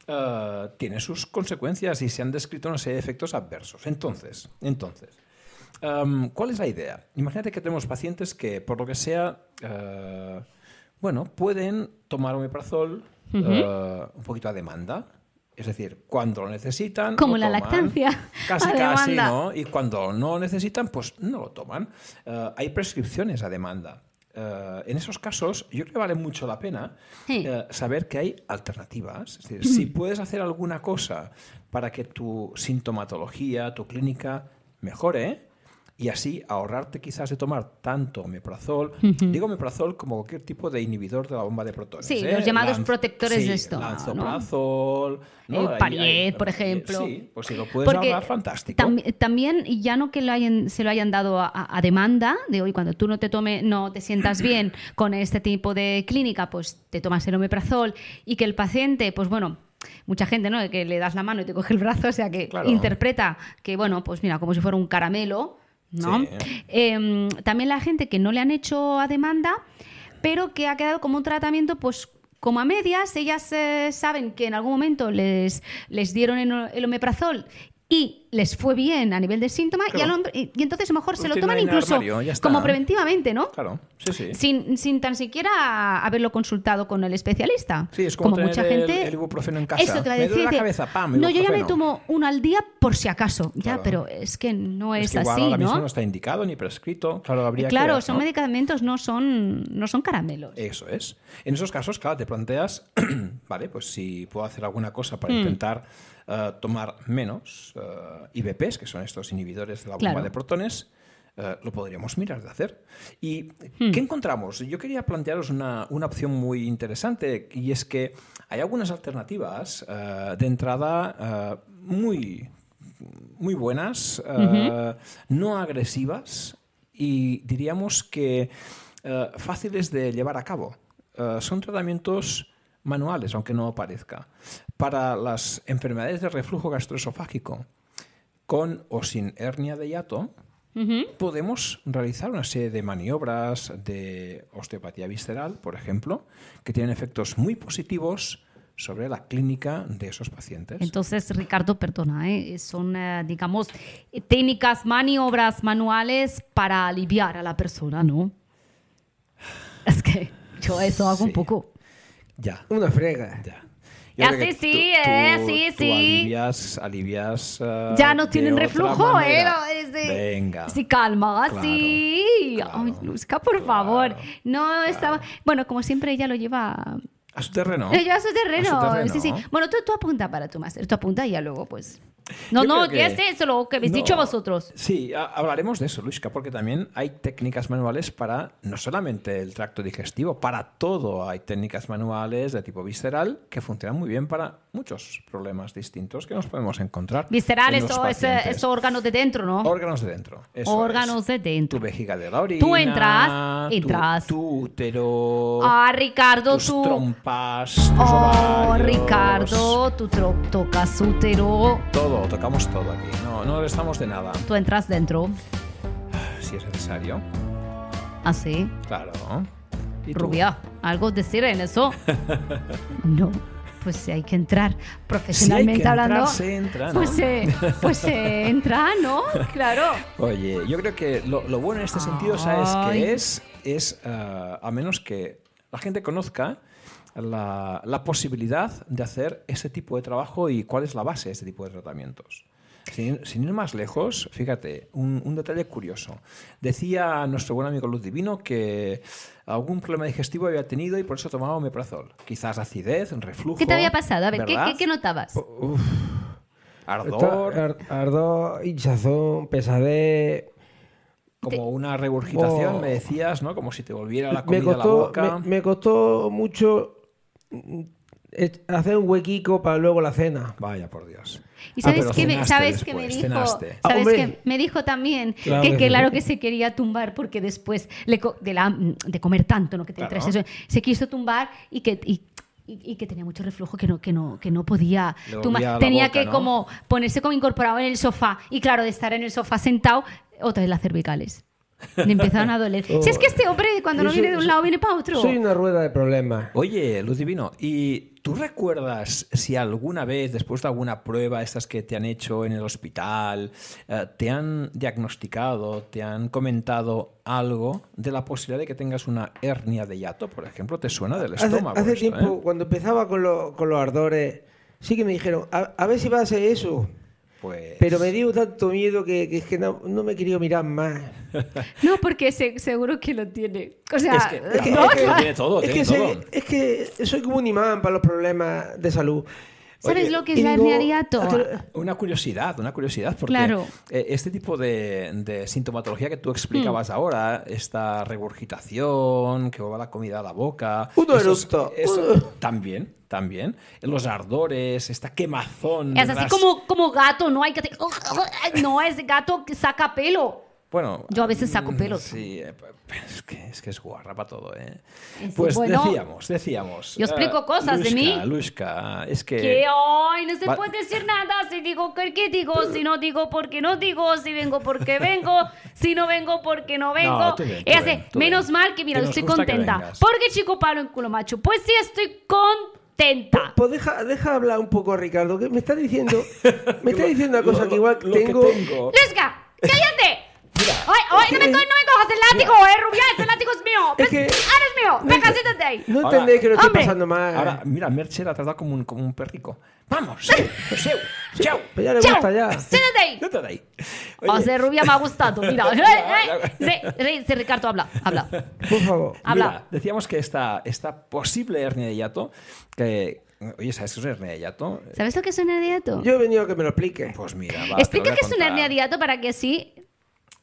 Speaker 2: eh, tiene sus consecuencias y se han descrito una serie de efectos adversos. Entonces, entonces, Em, ¿Cuál es la idea? Imagínate que tenemos pacientes que, por lo que sea, eh, bueno, pueden tomar omeprazol eh, un poquito a demanda. Es decir, cuando lo necesitan.
Speaker 1: Como
Speaker 2: lo
Speaker 1: la
Speaker 2: toman.
Speaker 1: lactancia,
Speaker 2: Casi,
Speaker 1: a
Speaker 2: casi,
Speaker 1: demanda.
Speaker 2: ¿no? Y cuando no lo necesitan, pues no lo toman. Eh, hay prescripciones a demanda. Eh, en esos casos, yo creo que vale mucho la pena
Speaker 1: Sí.
Speaker 2: eh, saber que hay alternativas. Es decir, si puedes hacer alguna cosa para que tu sintomatología, tu clínica mejore y así ahorrarte quizás de tomar tanto omeprazol, digo omeprazol como cualquier tipo de inhibidor de la bomba de protones.
Speaker 1: Sí,
Speaker 2: ¿eh?
Speaker 1: los llamados
Speaker 2: Lanz-
Speaker 1: protectores
Speaker 2: sí,
Speaker 1: de estómago, ¿no?
Speaker 2: Lanzoprazol, ¿no?
Speaker 1: El
Speaker 2: Ahí- ahí-
Speaker 1: Pariet, por ejemplo.
Speaker 2: Sí, pues si lo puedes
Speaker 1: Porque
Speaker 2: ahorrar, fantástico.
Speaker 1: tam- también, ya no que lo hayan- se lo hayan dado a, a- a demanda, de hoy cuando tú no te tome, no te sientas bien con este tipo de clínica, pues te tomas el omeprazol y que el paciente, pues bueno, mucha gente, ¿no? Que le das la mano y te coge el brazo, o sea que
Speaker 2: Claro.
Speaker 1: interpreta que, bueno, pues mira, como si fuera un caramelo, ¿no?
Speaker 2: Sí.
Speaker 1: Eh, también la gente que no le han hecho a demanda, pero que ha quedado como un tratamiento, pues como a medias, ellas eh, saben que en algún momento les, les dieron eno- el omeprazol y les fue bien a nivel de síntoma y,
Speaker 2: Claro.
Speaker 1: al hombre- y- y entonces a lo mejor
Speaker 2: Lo
Speaker 1: se lo
Speaker 2: tienen
Speaker 1: toman
Speaker 2: ahí en el
Speaker 1: incluso
Speaker 2: armario, ya está.
Speaker 1: como preventivamente, ¿no?
Speaker 2: Claro, sí, sí.
Speaker 1: Sin, sin tan siquiera haberlo consultado con el especialista.
Speaker 2: Sí, es como tener el- el ibuprofeno en casa.
Speaker 1: Eso te va a
Speaker 2: Me
Speaker 1: decir.
Speaker 2: duele la
Speaker 1: dice,
Speaker 2: cabeza, pam,
Speaker 1: no, yo ya me
Speaker 2: ibuprofeno".
Speaker 1: tomo uno al día por si acaso. Ya,
Speaker 2: Claro.
Speaker 1: pero es que no es,
Speaker 2: que igual
Speaker 1: pues así,
Speaker 2: ahora
Speaker 1: ¿no?
Speaker 2: mismo no está indicado ni prescrito. Claro, habría que
Speaker 1: claro,
Speaker 2: ver,
Speaker 1: son
Speaker 2: ¿no? Eh,
Speaker 1: medicamentos, no son, no son caramelos.
Speaker 2: Eso es. En esos casos, claro, te planteas, vale, pues si puedo hacer alguna cosa
Speaker 1: Hmm.
Speaker 2: para intentar eh, tomar menos eh, IBPs, que son estos inhibidores de la bomba
Speaker 1: Claro.
Speaker 2: de protones, eh, lo podríamos mirar de hacer. ¿Y
Speaker 1: Hmm.
Speaker 2: qué encontramos? Yo quería plantearos una, una opción muy interesante y es que hay algunas alternativas eh, de entrada eh, muy, muy buenas, eh, no agresivas y diríamos que eh, fáciles de llevar a cabo. Eh, son tratamientos manuales, aunque no parezca, para las enfermedades de reflujo gastroesofágico con o sin hernia de hiato, podemos realizar una serie de maniobras de osteopatía visceral, por ejemplo, que tienen efectos muy positivos sobre la clínica de esos pacientes.
Speaker 1: Entonces, Ricardo, perdona, ¿eh? son, eh, digamos, técnicas, maniobras manuales para aliviar a la persona, ¿no? Es que yo eso hago un
Speaker 2: Sí.
Speaker 1: poco.
Speaker 2: ya,
Speaker 3: Una frega.
Speaker 2: ya.
Speaker 1: Ya
Speaker 2: creo que
Speaker 1: sí, sí, eh, sí,
Speaker 2: tú
Speaker 1: sí.
Speaker 2: Alivias, alivias. eh,
Speaker 1: ya no
Speaker 2: de
Speaker 1: tienen
Speaker 2: otra
Speaker 1: reflujo, ¿eh?
Speaker 2: manera.
Speaker 1: No, es de-
Speaker 2: Venga.
Speaker 1: Sí, calma,
Speaker 2: Claro,
Speaker 1: sí.
Speaker 2: claro,
Speaker 1: Ay, Luzca, por
Speaker 2: claro,
Speaker 1: favor. No estaba. Bueno, como siempre, ella lo lleva
Speaker 2: A su terreno.
Speaker 1: Eh, yo a su terreno.
Speaker 2: A su
Speaker 1: Sí, sí.
Speaker 2: terreno.
Speaker 1: Bueno, tú, tú apunta para tu máster. Tú apunta y ya luego, pues. No,
Speaker 2: Yo
Speaker 1: no,
Speaker 2: creo
Speaker 1: ya
Speaker 2: que-
Speaker 1: sé eso lo que habéis
Speaker 2: No.
Speaker 1: dicho vosotros.
Speaker 2: Sí, ha- hablaremos de eso, Luisca, porque también hay técnicas manuales para no solamente el tracto digestivo, para todo hay técnicas manuales de tipo visceral que funcionan muy bien para muchos problemas distintos que nos podemos encontrar.
Speaker 1: Visceral,
Speaker 2: en los
Speaker 1: eso es, eh,
Speaker 2: pacientes.
Speaker 1: es órgano de dentro, ¿no?
Speaker 2: Órganos de dentro. eso
Speaker 1: Órganos
Speaker 2: es.
Speaker 1: de dentro.
Speaker 2: Tu vejiga de la orina.
Speaker 1: Tú entras,
Speaker 2: tu-
Speaker 1: entras.
Speaker 2: Tu, útero.
Speaker 1: Ah, Ricardo,
Speaker 2: tus
Speaker 1: tú.
Speaker 2: trompas. Tus
Speaker 1: Oh,
Speaker 2: ovarios.
Speaker 1: Ricardo, tú tro- tocas útero.
Speaker 2: Todo, tocamos todo aquí. No, no estamos de nada,
Speaker 1: Tú entras dentro.
Speaker 2: si es necesario.
Speaker 1: Así.
Speaker 2: Claro. ¿Y tú?
Speaker 1: Rubia, algo decir en eso. no. Pues sí, hay que entrar profesionalmente
Speaker 2: entrar,
Speaker 1: hablando.
Speaker 2: se entra, ¿no?
Speaker 1: Pues se pues se entra, ¿no? Claro.
Speaker 2: Oye, yo creo que lo, lo bueno en este sentido, ¿sabes
Speaker 1: Ay.
Speaker 2: qué es? Es, ah, a menos que la gente conozca la, la posibilidad de hacer ese tipo de trabajo y cuál es la base de este tipo de tratamientos. Sin, sin ir más lejos, fíjate, un, un detalle curioso. Decía nuestro buen amigo Luz Divino que algún problema digestivo había tenido y por eso tomaba omeprazol. Quizás acidez, reflujo.
Speaker 1: ¿Qué te había pasado? A ver, ¿qué,
Speaker 2: ¿verdad?
Speaker 1: qué- qué notabas?
Speaker 2: Ardor,
Speaker 3: Ar- ardor, hinchazón, pesadez.
Speaker 2: como una regurgitación,
Speaker 3: Oh.
Speaker 2: me decías, ¿no? Como si te volviera la
Speaker 3: Me
Speaker 2: comida a la
Speaker 3: costó,
Speaker 2: boca.
Speaker 3: me, me costó mucho mm, es- hacer un huequico para luego la cena.
Speaker 2: Vaya, por Dios.
Speaker 1: Y
Speaker 2: Ah,
Speaker 1: sabes
Speaker 2: pero
Speaker 1: qué me,
Speaker 2: cenaste
Speaker 1: sabes qué me
Speaker 2: después,
Speaker 1: dijo,
Speaker 2: cenaste.
Speaker 3: Ah,
Speaker 1: sabes
Speaker 3: hombre.
Speaker 1: qué? me dijo también
Speaker 3: Claro
Speaker 1: que,
Speaker 3: que
Speaker 1: que
Speaker 3: sí.
Speaker 1: claro que se quería tumbar porque después le co- de, la, de comer tanto, no que te
Speaker 2: Claro.
Speaker 1: entrase eso, se quiso tumbar y que y, y- y que tenía mucho reflujo que no que no que no podía
Speaker 2: Le dolía
Speaker 1: tumbar,
Speaker 2: la
Speaker 1: tenía
Speaker 2: boca,
Speaker 1: que
Speaker 2: ¿no?
Speaker 1: como ponerse como incorporado en el sofá y claro, de estar en el sofá sentado otra vez las cervicales. Le empezaron a doler. Si
Speaker 2: Oh.
Speaker 1: es que este hombre cuando
Speaker 3: Yo
Speaker 1: no viene de
Speaker 3: soy-
Speaker 1: un lado viene para otro.
Speaker 3: Soy una rueda de problemas.
Speaker 2: Oye, Luz Divino, ¿y tú recuerdas si alguna vez, después de alguna prueba, estas que te han hecho en el hospital, eh, te han diagnosticado, te han comentado algo de la posibilidad de que tengas una hernia de hiato, por ejemplo? ¿Te suena del
Speaker 3: Hace,
Speaker 2: estómago?
Speaker 3: hace
Speaker 2: esto,
Speaker 3: tiempo,
Speaker 2: eh?
Speaker 3: cuando empezaba con, lo- con los ardores, sí que me dijeron, a, a ver si va a ser eso.
Speaker 2: Pues...
Speaker 3: Pero me dio tanto miedo que, que es que no, no me he querido mirar más.
Speaker 1: No, porque se- seguro que lo tiene. O sea,
Speaker 2: Es que- es que-
Speaker 1: no,
Speaker 2: es que
Speaker 1: claro.
Speaker 2: tiene todo,
Speaker 3: es,
Speaker 2: tiene
Speaker 3: que
Speaker 2: todo.
Speaker 3: sé- es que soy como un imán para los problemas de salud.
Speaker 1: ¿Sabes
Speaker 2: Oye,
Speaker 1: lo que es
Speaker 3: y
Speaker 1: la
Speaker 3: digo,
Speaker 1: hernia de hiato?
Speaker 3: aquel-
Speaker 2: Una curiosidad, una curiosidad, porque
Speaker 1: Claro.
Speaker 2: eh, este tipo de, de sintomatología que tú explicabas
Speaker 1: Mm.
Speaker 2: ahora, esta regurgitación, que va la comida a la boca,
Speaker 3: Uno
Speaker 2: esos-
Speaker 3: eructo,
Speaker 2: eso-
Speaker 3: uno.
Speaker 2: también, también, los ardores, esta quemazón. de
Speaker 1: Es así
Speaker 2: las-
Speaker 1: como, como gato, no hay que... te- No, es gato que saca pelo.
Speaker 2: Bueno,
Speaker 1: Yo a veces saco
Speaker 2: mm,
Speaker 1: pelos.
Speaker 2: Sí, eh, p- p- es que es, que es guarra para todo, ¿eh?
Speaker 1: Es-
Speaker 2: Pues
Speaker 1: bueno,
Speaker 2: decíamos, decíamos.
Speaker 1: yo explico
Speaker 2: eh,
Speaker 1: cosas de
Speaker 2: Luisca,
Speaker 1: mí.
Speaker 2: Luisca, es que.
Speaker 1: Que hoy no se
Speaker 2: Eh. Va-
Speaker 1: puede decir nada si digo que qué digo, si no digo porque no digo, si vengo porque vengo, si no vengo porque no vengo.
Speaker 2: tú ven, tú
Speaker 1: Es así,
Speaker 2: ven, tú
Speaker 1: menos
Speaker 2: ven.
Speaker 1: mal que mira,
Speaker 2: Que nos
Speaker 1: estoy
Speaker 2: gusta que
Speaker 1: contenta.
Speaker 2: vengas.
Speaker 1: Porque chico palo en culo macho, pues sí estoy contenta.
Speaker 3: Pues deja, deja hablar un poco, Ricardo, que me está diciendo, me está
Speaker 2: lo-
Speaker 3: diciendo una cosa
Speaker 2: lo-
Speaker 3: que igual
Speaker 2: lo que
Speaker 3: tengo,
Speaker 2: tengo.
Speaker 1: Luisca, cállate. Ay, ay, no me, co- no me cojas el látigo, eh, rubia, ese látigo es mío.
Speaker 3: Es
Speaker 1: Es
Speaker 3: que-
Speaker 1: Ahora es mío, venga, siéntate ahí.
Speaker 3: No
Speaker 2: Ahora-
Speaker 3: entendéis que lo estoy
Speaker 1: Hombre.
Speaker 3: pasando mal.
Speaker 2: Ahora, mira, Merche la trata como un, como un perrico. ¡Vamos! ¡Seu! ¡Seu! ¡Seu!
Speaker 3: Pues ya le
Speaker 1: Chao,
Speaker 3: gusta ya.
Speaker 1: siéntate ahí.
Speaker 2: No te dais.
Speaker 1: O sea, rubia me ha gustado, mira. eh,
Speaker 2: Ya,
Speaker 1: Sí, sí, sí, Ricardo, habla, habla.
Speaker 3: Por favor.
Speaker 1: Habla.
Speaker 2: Mira, decíamos que esta, esta posible hernia de hiato, que... Oye, ¿sabes qué es una hernia de hiato? Eh,
Speaker 1: ¿Sabes lo que es una hernia de hiato?
Speaker 3: Yo he venido a que me lo explique.
Speaker 2: Pues mira, va, te lo
Speaker 1: Explica
Speaker 2: voy a
Speaker 1: qué es una
Speaker 2: contar.
Speaker 1: hernia de hiato para que así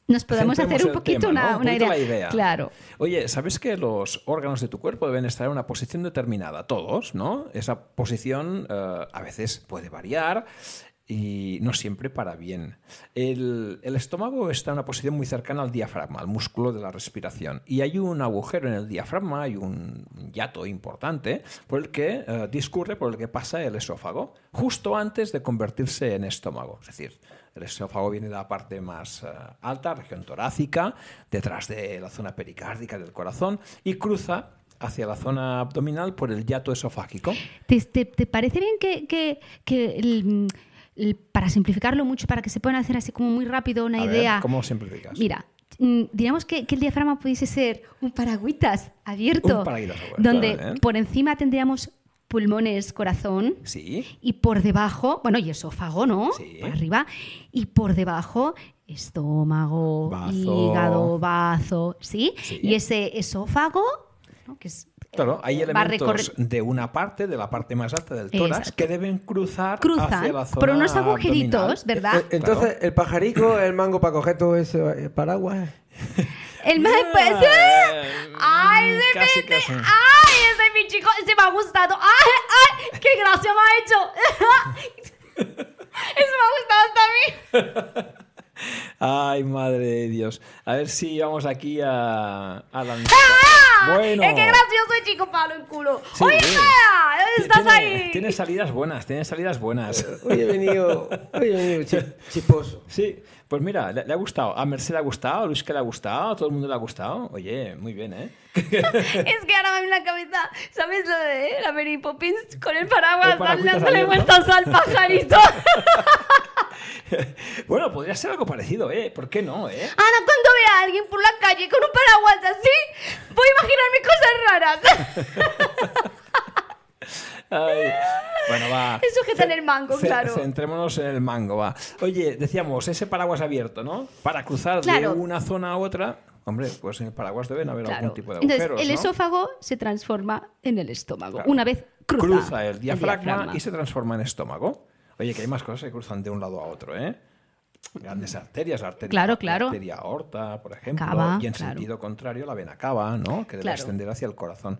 Speaker 1: nos podamos
Speaker 2: Centremos
Speaker 1: hacer un
Speaker 2: el
Speaker 1: poquito
Speaker 2: tema,
Speaker 1: una,
Speaker 2: ¿no? Un
Speaker 1: una
Speaker 2: poquito
Speaker 1: idea.
Speaker 2: la idea.
Speaker 1: Claro.
Speaker 2: Oye, ¿sabes que los órganos de tu cuerpo deben estar en una posición determinada? Todos, ¿no? Esa posición eh, a veces puede variar y no siempre para bien. El, el estómago está en una posición muy cercana al diafragma, al músculo de la respiración. Y hay un agujero en el diafragma, hay un hiato importante por el que eh, discurre, por el que pasa el esófago, justo antes de convertirse en estómago. Es decir, el esófago viene de la parte más eh, alta, región torácica, detrás de la zona pericárdica del corazón y cruza hacia la zona abdominal por el hiato esofágico.
Speaker 1: ¿Te, te- te parece bien que, que- que el, mm, el- para simplificarlo mucho, para que se puedan hacer así como muy rápido una
Speaker 2: A ver,
Speaker 1: idea?
Speaker 2: ¿Cómo simplificas?
Speaker 1: Mira, mm, digamos que, que el diafragma pudiese ser un paraguitas abierto,
Speaker 2: Un paraguitas abierto,
Speaker 1: donde
Speaker 2: vale.
Speaker 1: por encima tendríamos pulmones, corazón,
Speaker 2: Sí.
Speaker 1: y por debajo, bueno, y esófago, ¿no?
Speaker 2: Sí.
Speaker 1: Para arriba, y por debajo, estómago,
Speaker 2: Bazo.
Speaker 1: hígado, bazo, ¿sí?
Speaker 2: Sí.
Speaker 1: Y ese esófago, ¿no? que es
Speaker 2: Claro, hay
Speaker 1: va a
Speaker 2: elementos
Speaker 1: recorrer-
Speaker 2: de una parte, de la parte más alta del tórax,
Speaker 1: Exacto.
Speaker 2: que deben cruzar
Speaker 1: Cruzan
Speaker 2: hacia la zona
Speaker 1: por unos agujeritos,
Speaker 2: abdominal.
Speaker 1: ¿verdad?
Speaker 2: Eh,
Speaker 3: E-, Entonces, el pajarico, el mango para coger todo ese eh, paraguas.
Speaker 1: El más pues, ¡eh! ¡Ay, de
Speaker 2: Mm, Casi,
Speaker 1: repente!
Speaker 2: casi.
Speaker 1: ¡Ay, ese es mi chico! ¡Se me ha gustado! ¡Ay, ay! ¡Qué gracia me ha hecho! ¡Eso me ha gustado hasta a mí!
Speaker 2: Ay, madre de Dios. A ver si vamos aquí a, a lanzar.
Speaker 1: ¡Ah!
Speaker 2: Bueno.
Speaker 1: ¡Es que ¡Eh, gracioso el chico palo en culo!
Speaker 2: Sí,
Speaker 1: ¡Oye,
Speaker 2: sí.
Speaker 1: Naya! ¡Estás
Speaker 2: Tiene-
Speaker 1: ahí!
Speaker 2: Tiene salidas buenas, tiene salidas buenas.
Speaker 3: Hoy he venido, hoy he venido chi- chiposo.
Speaker 2: Sí, pues mira, le, le ha gustado. A Merced le ha gustado, a Luis que le ha gustado, a todo el mundo le ha gustado. Oye, muy bien, ¿eh?
Speaker 1: Es que ahora me viene en la cabeza, ¿sabes lo de eh? la Mary Poppins con el paraguas
Speaker 2: El paraguas
Speaker 1: dándole
Speaker 2: abierto.
Speaker 1: vueltas al pajarito?
Speaker 2: Bueno, podría ser algo parecido, ¿eh? ¿Por qué no, eh?
Speaker 1: Ahora cuando vea a alguien por la calle con un paraguas así, voy a imaginarme cosas raras.
Speaker 2: Ay, Bueno, va.
Speaker 1: Es sujetar el mango,
Speaker 2: Ce-
Speaker 1: claro.
Speaker 2: Centrémonos en el mango, va. Oye, decíamos, ese paraguas abierto, ¿no? Para cruzar
Speaker 1: Claro.
Speaker 2: de una zona a otra. Hombre, pues en el paraguas deben haber algún tipo de agujeros,
Speaker 1: Entonces, el
Speaker 2: ¿no?
Speaker 1: esófago se transforma en el estómago.
Speaker 2: Claro.
Speaker 1: Una vez cruza,
Speaker 2: el, diafragma y se
Speaker 1: diafragma.
Speaker 2: transforma en estómago. Oye, que hay más cosas que cruzan de un lado a otro, ¿eh? Grandes arterias, la arteria,
Speaker 1: Claro, claro.
Speaker 2: la arteria aorta, por ejemplo,
Speaker 1: Cava,
Speaker 2: y en
Speaker 1: claro.
Speaker 2: sentido contrario la vena cava, ¿no? Que debe
Speaker 1: Claro.
Speaker 2: ascender hacia el corazón.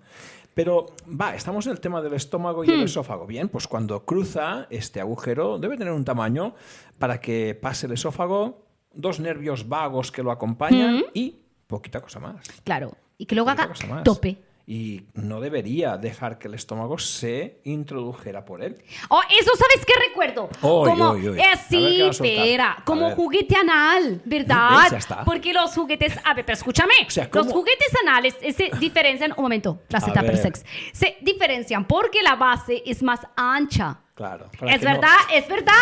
Speaker 2: Pero va, estamos en el tema del estómago
Speaker 1: Hmm.
Speaker 2: y el esófago. Bien, pues cuando cruza este agujero debe tener un tamaño para que pase el esófago, dos nervios vagos que lo acompañan
Speaker 1: Hmm.
Speaker 2: y poquita cosa más.
Speaker 1: Claro. Y que luego
Speaker 2: Otra
Speaker 1: haga
Speaker 2: cosa más.
Speaker 1: tope.
Speaker 2: Y no debería dejar que el estómago se introdujera por él.
Speaker 1: Oh, eso sabes qué recuerdo.
Speaker 2: Oy,
Speaker 1: como
Speaker 2: oy, oy.
Speaker 1: eh,
Speaker 2: A ver
Speaker 1: sí,
Speaker 2: qué va a soltar.
Speaker 1: espera,
Speaker 2: A
Speaker 1: como
Speaker 2: ver.
Speaker 1: juguete anal, ¿verdad?
Speaker 2: ¿Ves? Ya está.
Speaker 1: Porque los juguetes, a ver, pero escúchame,
Speaker 2: O sea, ¿cómo?
Speaker 1: los juguetes anales eh, se diferencian, un momento, la
Speaker 2: A
Speaker 1: Z
Speaker 2: ver.
Speaker 1: sex, se diferencian porque la base es más ancha.
Speaker 2: Claro. para
Speaker 1: Es
Speaker 2: que no-
Speaker 1: verdad, es verdad.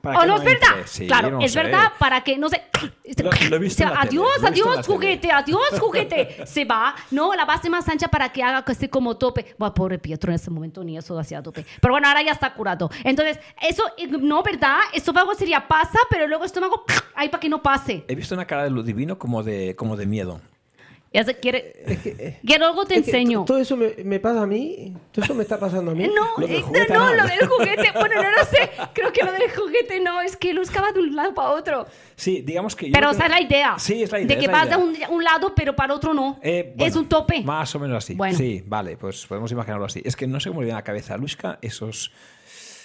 Speaker 2: Para
Speaker 1: ¿O
Speaker 2: que
Speaker 1: no
Speaker 2: no
Speaker 1: es verdad?
Speaker 2: entre, sí,
Speaker 1: claro,
Speaker 2: no
Speaker 1: es
Speaker 2: sé.
Speaker 1: verdad para que no se... este
Speaker 2: Lo- lo he visto en la tele,
Speaker 1: adiós,
Speaker 2: lo he visto en la
Speaker 1: adiós,
Speaker 2: tele.
Speaker 1: juguete, adiós, juguete. Se va. No, la base más ancha para que haga que esté como tope. Bueno, pobre Pietro en ese momento ni eso hacía tope. Pero bueno, ahora ya está curado. Entonces, eso, eh, no, ¿verdad? Estómago sería pasa, pero luego estómago, ahí para que no pase.
Speaker 2: He visto una cara de lo divino como de, como de miedo.
Speaker 1: Ya se quiere...
Speaker 3: Es que, eh,
Speaker 1: Quiero algo te
Speaker 3: es que
Speaker 1: enseño.
Speaker 3: t- Todo eso me, me pasa a mí. Todo eso me está pasando a mí.
Speaker 1: No,
Speaker 2: Lo del
Speaker 1: eh,
Speaker 2: juguete
Speaker 1: no,
Speaker 2: anal.
Speaker 1: lo del juguete. Bueno, no lo sé. Creo que lo del juguete no. Es que Luz va de un lado para otro.
Speaker 2: Sí, digamos que yo...
Speaker 1: Pero
Speaker 2: creo-
Speaker 1: esa es la idea.
Speaker 2: Sí, es la idea.
Speaker 1: De que
Speaker 2: es la
Speaker 1: vas
Speaker 2: idea.
Speaker 1: de un, un lado, pero para otro no.
Speaker 2: Eh, bueno,
Speaker 1: es un tope.
Speaker 2: Más o menos así.
Speaker 1: Bueno.
Speaker 2: Sí, vale, pues podemos imaginarlo así. Es que no sé cómo le viene a la cabeza a Luisca esos.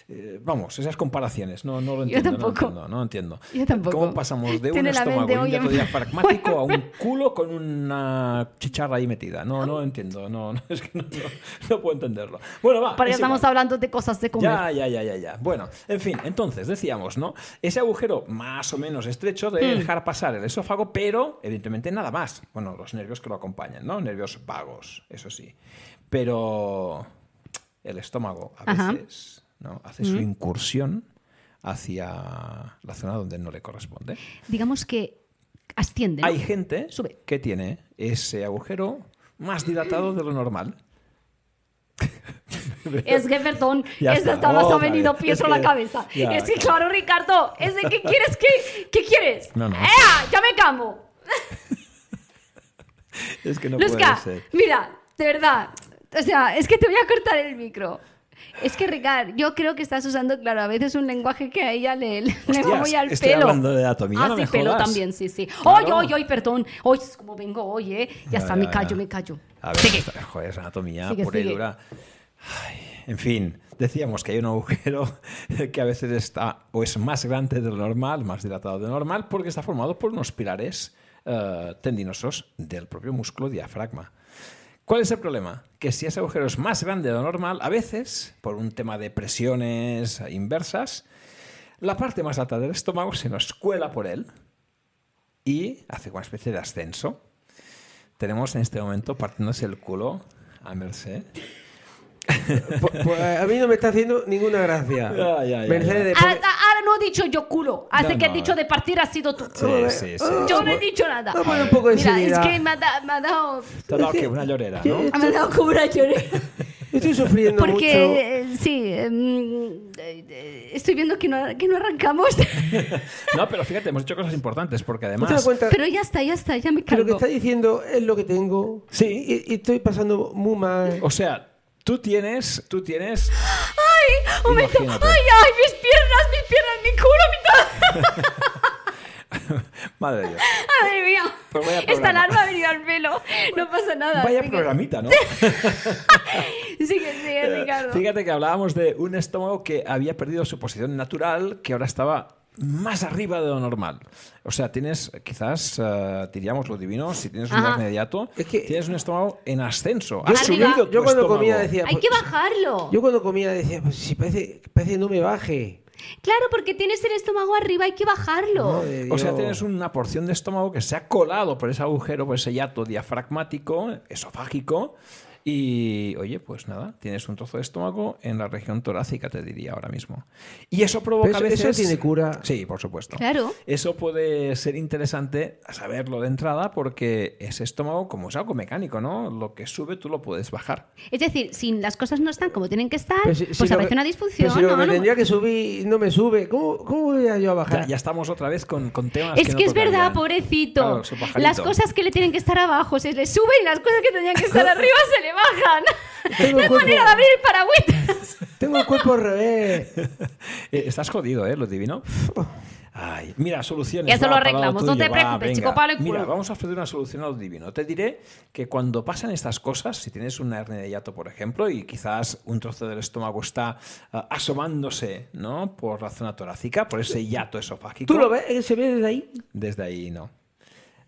Speaker 2: eh, vamos, esas comparaciones. No, no lo
Speaker 1: Yo
Speaker 2: entiendo.
Speaker 1: tampoco.
Speaker 2: No entiendo, no entiendo.
Speaker 1: Yo tampoco.
Speaker 2: ¿Cómo pasamos de un
Speaker 1: Tiene la
Speaker 2: estómago
Speaker 1: mente
Speaker 2: y un
Speaker 1: hoy
Speaker 2: dato
Speaker 1: en-
Speaker 2: diafragmático a un culo con una chicharra ahí metida? No, no entiendo. No, no, es que no, no- no puedo entenderlo. Bueno, va.
Speaker 1: Porque
Speaker 2: es igual.
Speaker 1: estamos hablando de cosas de comer.
Speaker 2: Ya, ya, ya, ya, ya. Bueno, en fin, entonces decíamos, ¿no? Ese agujero más o menos estrecho de
Speaker 1: Hmm.
Speaker 2: dejar pasar el esófago, pero evidentemente nada más. Bueno, los nervios que lo acompañan, ¿no? Nervios vagos, eso sí. Pero el estómago a
Speaker 1: Ajá. Hmm.
Speaker 2: veces ¿no? hace su incursión hacia la zona donde no le corresponde.
Speaker 1: Digamos que asciende. ¿no?
Speaker 2: Hay gente
Speaker 1: Sube.
Speaker 2: que tiene ese agujero más dilatado de lo normal.
Speaker 1: Es que, perdón,
Speaker 2: Ya
Speaker 1: es que
Speaker 2: está.
Speaker 1: hasta más ha
Speaker 2: Otra
Speaker 1: venido
Speaker 2: vez.
Speaker 1: Pietro a
Speaker 2: Es
Speaker 1: la
Speaker 2: que-
Speaker 1: cabeza.
Speaker 2: ya,
Speaker 1: es que,
Speaker 2: claro.
Speaker 1: claro, Ricardo, es de que quieres que. ¿Qué quieres?
Speaker 2: No, no.
Speaker 1: ¡Ea! ¡Ya me cambio!
Speaker 2: Es que no
Speaker 1: Luzca,
Speaker 2: puede ser.
Speaker 1: mira, de verdad. O sea, es que te voy a cortar el micro. Es que, Ricardo, yo creo que estás usando, claro, a veces un lenguaje que a ella le, le va
Speaker 2: Hostias,
Speaker 1: muy al
Speaker 2: estoy
Speaker 1: pelo.
Speaker 2: hablando de anatomía,
Speaker 1: Ah,
Speaker 2: no
Speaker 1: sí,
Speaker 2: me
Speaker 1: pelo
Speaker 2: jodas.
Speaker 1: también, sí, sí. Hoy,
Speaker 2: Claro.
Speaker 1: hoy, hoy, perdón. Hoy, es como vengo hoy, ¿eh? Ya,
Speaker 2: Ya,
Speaker 1: está,
Speaker 2: ya,
Speaker 1: me callo,
Speaker 2: ya.
Speaker 1: me callo.
Speaker 2: A ver,
Speaker 1: Sigue.
Speaker 2: esta- joder, es anatomía
Speaker 1: Sigue,
Speaker 2: pura y
Speaker 1: sigue.
Speaker 2: dura. Ay, en fin, decíamos que hay un agujero que a veces está o es más grande de lo normal, más dilatado de lo normal, porque está formado por unos pilares eh, tendinosos del propio músculo diafragma. ¿Cuál es el problema? Que si ese agujero es más grande de lo normal, a veces, por un tema de presiones inversas, la parte más alta del estómago se nos cuela por él y hace una especie de ascenso. Tenemos en este momento partiéndose el culo a Merced.
Speaker 3: Pues- pues a mí no me está haciendo ninguna gracia.
Speaker 2: Ya, ya, ya,
Speaker 3: Mercedes,
Speaker 1: Ahora,
Speaker 3: porque-
Speaker 1: ahora Ah, no he dicho yo culo. Así
Speaker 2: No,
Speaker 1: que he
Speaker 2: no. eh.
Speaker 1: dicho de partir ha sido tú.
Speaker 2: Sí, sí, sí.
Speaker 1: Yo no he dicho nada.
Speaker 3: uh. Vamos a poner un poco de
Speaker 1: Mira, es
Speaker 3: seriedad.
Speaker 1: que me ha, da- me ha dado.
Speaker 2: Te ha dado que una llorera, ¿no?
Speaker 1: Me ha dado como una llorera.
Speaker 3: Estoy sufriendo
Speaker 1: Porque
Speaker 3: mucho.
Speaker 1: eh, Sí, em, eh, eh, estoy viendo que no, que no arrancamos.
Speaker 2: No, pero fíjate, hemos hecho cosas importantes porque
Speaker 3: ¿No te das
Speaker 2: además.
Speaker 3: cuenta
Speaker 1: Pero ya está, ya está, ya me
Speaker 3: que lo que
Speaker 1: calmo.
Speaker 3: está diciendo es lo que tengo?
Speaker 2: Sí.
Speaker 3: Y, y estoy pasando muy mal.
Speaker 2: O sea, tú tienes. Tú tienes.
Speaker 1: ¡Ay! un momento. ¡Oh, ¡Ay,
Speaker 2: Imagínate.
Speaker 1: ay! Mis piernas, mis piernas, mi culo, mi todo.
Speaker 2: Madre de Dios.
Speaker 1: ¡Madre mía!
Speaker 2: Pues vaya
Speaker 1: Esta
Speaker 2: programa.
Speaker 1: alarma ha venido al pelo. No pasa nada.
Speaker 2: Vaya
Speaker 1: sigue.
Speaker 2: programita, ¿no?
Speaker 1: Sigue,
Speaker 3: Eh,
Speaker 1: sigue, Ricardo.
Speaker 2: Fíjate que hablábamos de un estómago que había perdido su posición natural, que ahora estaba más arriba de lo normal. O sea, tienes, quizás, eh, diríamos lo divino, si tienes un
Speaker 1: Ajá.
Speaker 2: gas mediato,
Speaker 3: Es que-
Speaker 2: tienes un estómago en ascenso.
Speaker 1: Yo-
Speaker 2: Has
Speaker 1: Arriba.
Speaker 2: subido tu
Speaker 3: Yo cuando
Speaker 2: estómago.
Speaker 3: comía decía.
Speaker 1: Hay
Speaker 3: pues,
Speaker 1: que bajarlo.
Speaker 3: Yo cuando comía decía, pues si parece, parece que no me baje.
Speaker 1: Claro, porque tienes el estómago arriba, hay que bajarlo.
Speaker 3: Madre de
Speaker 2: O sea,
Speaker 3: Dios.
Speaker 2: tienes una porción de estómago que se ha colado por ese agujero, por ese hiato diafragmático, esofágico. Y, oye, pues nada, tienes un trozo de estómago en la región torácica, te diría ahora mismo. Y eso provoca
Speaker 3: Pero
Speaker 2: a
Speaker 3: eso- eso
Speaker 2: veces...
Speaker 3: tiene cura.
Speaker 2: Sí, por supuesto.
Speaker 1: Claro.
Speaker 2: Eso puede ser interesante saberlo de entrada porque ese estómago, como es algo mecánico, ¿no? Lo que sube tú lo puedes bajar.
Speaker 1: Es decir, si las cosas no están como tienen que estar,
Speaker 3: Pero si-
Speaker 1: pues
Speaker 3: si lo
Speaker 1: aparece
Speaker 3: que-
Speaker 1: una disfunción.
Speaker 3: Pero si lo
Speaker 1: no,
Speaker 3: que
Speaker 1: no.
Speaker 3: tendría que subir no me sube, ¿cómo, cómo voy a yo a bajar?
Speaker 2: Ya, ya estamos otra vez con, con temas
Speaker 1: Es
Speaker 2: Ah, no
Speaker 1: que es verdad,
Speaker 2: tocarían.
Speaker 1: pobrecito.
Speaker 2: Claro, su pajarito.
Speaker 1: las cosas que le tienen que estar abajo se le suben y las cosas que tenían que estar arriba se le bajan.
Speaker 3: Tengo
Speaker 1: No hay
Speaker 3: cuerpo-
Speaker 1: manera de abrir el paragüitas.
Speaker 3: Tengo el cuerpo al revés.
Speaker 2: Eh, Estás jodido, ¿eh? Lo divino. Ay, mira, soluciones.
Speaker 1: Eso
Speaker 2: va,
Speaker 1: lo
Speaker 2: Palau,
Speaker 1: arreglamos,
Speaker 2: tú
Speaker 1: no
Speaker 2: y yo.
Speaker 1: te
Speaker 2: Va,
Speaker 1: preocupes,
Speaker 2: venga.
Speaker 1: chico, palo y
Speaker 2: Mira,
Speaker 1: culo.
Speaker 2: vamos a ofrecer una solución a lo divino. Te diré que cuando pasan estas cosas, si tienes una hernia de hiato, por ejemplo, y quizás un trozo del estómago está ah, asomándose, ¿no? Por la zona torácica, por ese hiato esofágico.
Speaker 3: ¿Tú lo ves? ¿Se ve desde ahí?
Speaker 2: Desde ahí no.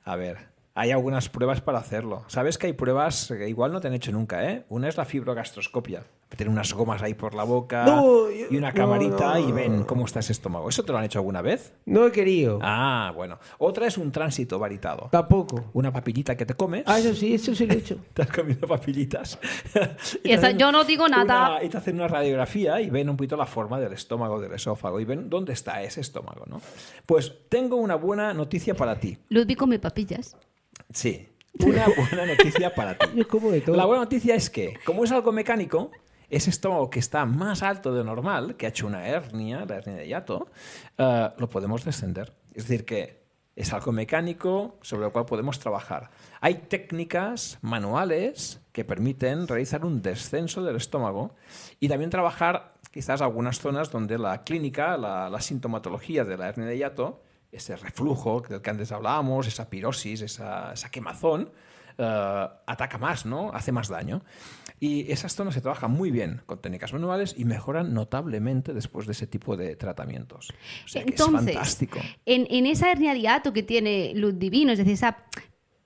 Speaker 2: A ver, hay algunas pruebas para hacerlo. Sabes que hay pruebas que igual no te han hecho nunca, ¿eh? Una es la fibrogastroscopia. Tienen unas gomas ahí por la boca
Speaker 3: No, yo-
Speaker 2: y una
Speaker 3: no,
Speaker 2: camarita
Speaker 3: no,
Speaker 2: y
Speaker 3: no,
Speaker 2: ven cómo está ese estómago. ¿Eso te lo han hecho alguna vez?
Speaker 3: No he querido.
Speaker 2: Ah, bueno. Otra es un tránsito varitado.
Speaker 3: Tampoco.
Speaker 2: Una papillita que te comes.
Speaker 3: Ah, eso sí, eso sí lo he hecho.
Speaker 2: Te has comido papillitas.
Speaker 1: Y esa- yo no digo nada.
Speaker 2: Una- y te hacen una radiografía y ven un poquito la forma del estómago, del esófago, y ven dónde está ese estómago, ¿no? Pues tengo una buena noticia para ti.
Speaker 1: Ludwig come papillas.
Speaker 2: Sí. Una buena noticia para ti.
Speaker 3: Yo como de todo.
Speaker 2: La buena noticia es que, como es algo mecánico, ese estómago que está más alto de lo normal, que ha hecho una hernia, la hernia de hiato, eh, lo podemos descender. Es decir, que es algo mecánico sobre lo cual podemos trabajar. Hay técnicas manuales que permiten realizar un descenso del estómago y también trabajar quizás algunas zonas donde la clínica, la, la sintomatología de la hernia de hiato, ese reflujo del que antes hablábamos, esa pirosis, esa, esa quemazón, eh, ataca más, ¿no? Hace más daño. Y esas zonas se trabajan muy bien con técnicas manuales y mejoran notablemente después de ese tipo de tratamientos. O sea que es
Speaker 1: Entonces,
Speaker 2: fantástico.
Speaker 1: en, en esa hernia de hiato que tiene Luz Divino, es decir, esa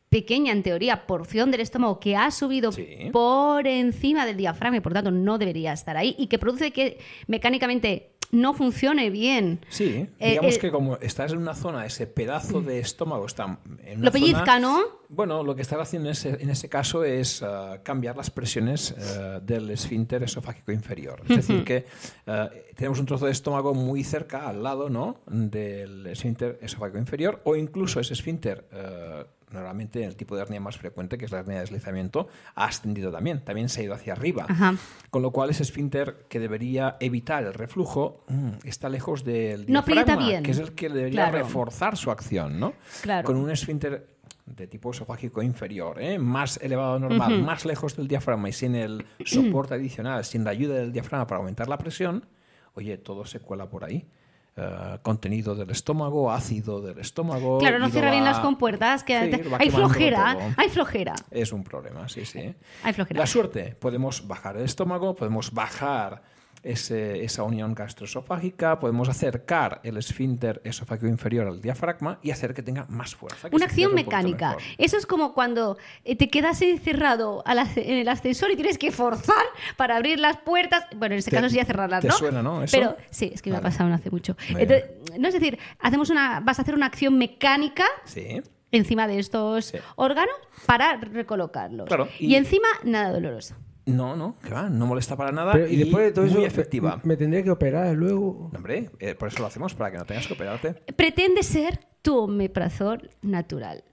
Speaker 1: pequeña, en teoría, porción del estómago que ha subido
Speaker 2: Sí.
Speaker 1: por encima del diafragma y por tanto no debería estar ahí y que produce que mecánicamente no funcione bien.
Speaker 2: Sí,
Speaker 1: Eh,
Speaker 2: digamos
Speaker 1: eh, mm.
Speaker 2: que como estás en una zona, ese pedazo de estómago está en una
Speaker 1: Lo pellizca,
Speaker 2: zona-
Speaker 1: ¿no?
Speaker 2: Bueno, lo que estás haciendo en ese, en ese caso es eh, cambiar las presiones eh, del esfínter esofágico inferior. Es decir, que eh, tenemos un trozo de estómago muy cerca, al lado, ¿no? Del esfínter esofágico inferior o incluso ese esfínter. eh, Normalmente el tipo de hernia más frecuente, que es la hernia de deslizamiento, ha ascendido también, también se ha ido hacia arriba.
Speaker 1: Ajá.
Speaker 2: Con lo cual ese esfínter que debería evitar el reflujo mm, está lejos del
Speaker 1: No aprieta
Speaker 2: diafragma,
Speaker 1: bien.
Speaker 2: que es el que debería
Speaker 1: Claro.
Speaker 2: reforzar su acción, ¿no?
Speaker 1: Claro.
Speaker 2: Con un esfínter de tipo esofágico inferior, ¿eh? más elevado normal, más lejos del diafragma y sin el soporte adicional, sin la ayuda del diafragma para aumentar la presión, oye, todo se cuela por ahí. Eh, contenido del estómago, ácido del estómago.
Speaker 1: Claro, no
Speaker 2: y lo
Speaker 1: cierra bien
Speaker 2: va-
Speaker 1: las compuertas, que
Speaker 2: Sí,
Speaker 1: te-
Speaker 2: lo va
Speaker 1: hay
Speaker 2: quemando
Speaker 1: flojera,
Speaker 2: todo.
Speaker 1: hay flojera.
Speaker 2: Es un problema, sí, sí.
Speaker 1: Hay flojera.
Speaker 2: La suerte, podemos bajar el estómago, podemos bajar ese- esa unión gastroesofágica, podemos acercar el esfínter esofágico inferior al diafragma y hacer que tenga más fuerza. que
Speaker 1: Una
Speaker 2: se
Speaker 1: acción
Speaker 2: cierre un poquito
Speaker 1: mecánica.
Speaker 2: mejor.
Speaker 1: Eso es como cuando eh, te quedas encerrado al asce- en el ascensor y tienes que forzar para abrir las puertas. Bueno, en este
Speaker 2: Te-
Speaker 1: caso sería cerrarlas,
Speaker 2: te
Speaker 1: ¿no?
Speaker 2: suena, ¿no? Eso.
Speaker 1: Pero sí, es que me
Speaker 2: Vale.
Speaker 1: ha pasado no hace mucho.
Speaker 2: Muy
Speaker 1: Entonces, no es decir, hacemos una, vas a hacer una acción mecánica
Speaker 2: Sí.
Speaker 1: encima de estos
Speaker 2: Sí.
Speaker 1: órganos para recolocarlos.
Speaker 2: Claro,
Speaker 1: Y,
Speaker 2: y-
Speaker 1: encima nada doloroso.
Speaker 2: No, no, que va, no molesta para nada
Speaker 3: Pero-
Speaker 2: y, muy efectiva.
Speaker 3: eh, Me, me tendré que operar luego.
Speaker 2: No, Hombre, eh, por eso lo hacemos, para que no tengas que
Speaker 1: Eh,
Speaker 2: operarte.
Speaker 1: Pretende ser tu omeprazol natural.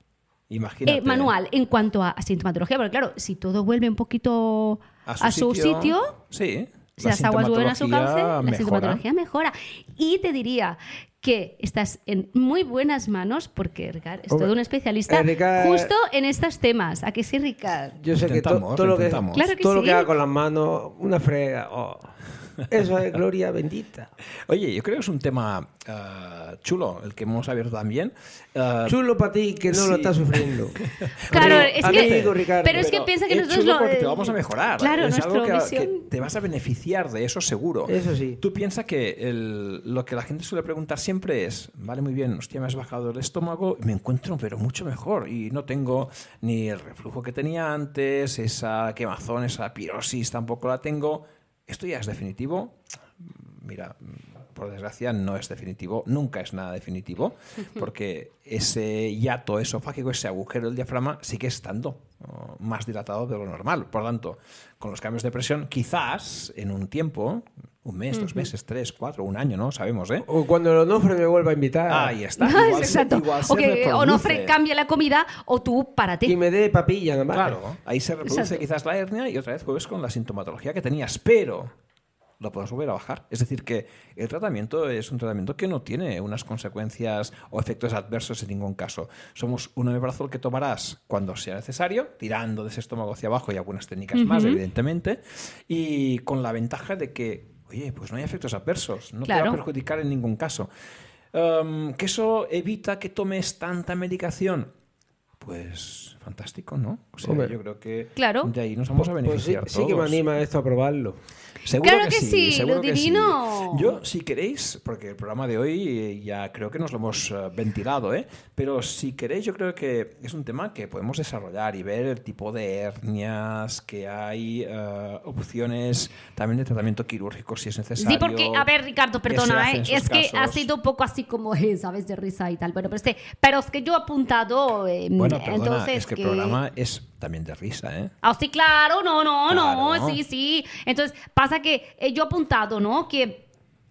Speaker 2: Imagínate.
Speaker 1: Eh, manual en cuanto a sintomatología, porque claro, si todo vuelve un poquito a su, sitio,
Speaker 2: Sí.
Speaker 1: Si las aguas vuelven a su cauce, la
Speaker 2: sintomatología
Speaker 1: sintomatología mejora. Y te diría que estás en muy buenas manos porque Ricard es
Speaker 3: Hombre,
Speaker 1: todo un especialista
Speaker 3: eh, Ricard-
Speaker 1: justo en estos temas. ¿A que sí, Ricard?
Speaker 3: Yo sé que to-
Speaker 2: Intentamos,
Speaker 3: todo, lo que,
Speaker 2: intentamos.
Speaker 1: Claro que
Speaker 3: todo lo
Speaker 1: sí.
Speaker 3: que haga con las manos, una frega. oh. Eso es gloria bendita.
Speaker 2: Oye, yo creo que es un tema eh, chulo el que hemos abierto también. Eh,
Speaker 3: Chulo para ti que no
Speaker 2: Sí.
Speaker 3: lo estás sufriendo.
Speaker 1: Claro,
Speaker 3: Amigo-
Speaker 1: es
Speaker 3: amigo
Speaker 1: que,
Speaker 3: Ricardo.
Speaker 1: pero es que
Speaker 2: Pero
Speaker 1: piensa que
Speaker 2: es
Speaker 1: nosotros
Speaker 2: chulo
Speaker 1: lo eh,
Speaker 2: porque te vamos a mejorar.
Speaker 1: Claro,
Speaker 2: es
Speaker 1: nuestra
Speaker 2: algo que,
Speaker 1: misión.
Speaker 2: que te vas a beneficiar de eso seguro.
Speaker 3: Eso sí.
Speaker 2: Tú piensas que el- lo que la gente suele preguntar siempre es, vale, muy bien, hostia, me has bajado el estómago, me encuentro pero mucho mejor y no tengo ni el reflujo que tenía antes, esa quemazón, esa pirosis tampoco la tengo. ¿Esto ya es definitivo? Mira, por desgracia no es definitivo, nunca es nada definitivo, porque ese hiato esofágico, ese agujero del diafragma, sigue estando ¿no? más dilatado de lo normal. Por tanto, con los cambios de presión, quizás en un tiempo, un mes, dos meses, tres, cuatro, un año, no sabemos, ¿eh?
Speaker 3: O cuando el onofre me vuelva a invitar.
Speaker 2: Ahí está.
Speaker 1: Ah,
Speaker 2: Igual se-
Speaker 1: Exacto.
Speaker 2: igual se
Speaker 1: O que o no
Speaker 2: reproduce.
Speaker 1: ofre- cambia la comida o tú
Speaker 3: Y
Speaker 1: párate.
Speaker 3: me dé papilla Pues nada más.
Speaker 2: Claro, ahí se reproduce
Speaker 1: Exacto.
Speaker 2: quizás la hernia y otra vez jueves con la sintomatología que tenías, pero lo puedes volver a bajar. Es decir, que el tratamiento es un tratamiento que no tiene unas consecuencias o efectos adversos en ningún caso. Somos un omeprazol que tomarás cuando sea necesario, tirando de ese estómago hacia abajo y algunas técnicas más, evidentemente, y con la ventaja de que, oye, pues no hay efectos adversos, no te va
Speaker 1: Claro.
Speaker 2: a perjudicar en ningún caso. Em, que eso evita que tomes tanta medicación. Pues fantástico, ¿no? O sea,
Speaker 3: Hombre.
Speaker 2: yo creo que
Speaker 1: Claro.
Speaker 2: de ahí nos vamos a
Speaker 3: Pues sí,
Speaker 2: beneficiar
Speaker 3: sí que me
Speaker 2: todos.
Speaker 3: anima esto a probarlo.
Speaker 2: Seguro
Speaker 1: Claro que sí,
Speaker 2: seguro
Speaker 1: lo
Speaker 2: que sí.
Speaker 1: divino.
Speaker 2: Yo, si queréis, porque el programa de hoy eh, ya creo que nos lo hemos eh, ventilado, ¿eh? pero si queréis, yo creo que es un tema que podemos desarrollar y ver el tipo de hernias que hay, eh, opciones también de tratamiento quirúrgico si es necesario.
Speaker 1: Sí, porque, a ver, Ricardo,
Speaker 2: que se
Speaker 1: perdona, ¿eh?
Speaker 2: hace en
Speaker 1: es
Speaker 2: esos
Speaker 1: que ha
Speaker 2: casos.
Speaker 1: sido un poco así como, eh, ¿sabes? De risa y tal. Bueno, pero, este, pero es que yo he apuntado. eh,
Speaker 2: Bueno, perdona,
Speaker 1: entonces
Speaker 2: es que el
Speaker 1: que-
Speaker 2: programa es también de risa, ¿eh?
Speaker 1: Ah, sí, claro, no, no,
Speaker 2: Claro.
Speaker 1: no, sí, sí. Entonces, pasa que eh, yo he apuntado, ¿no? Que,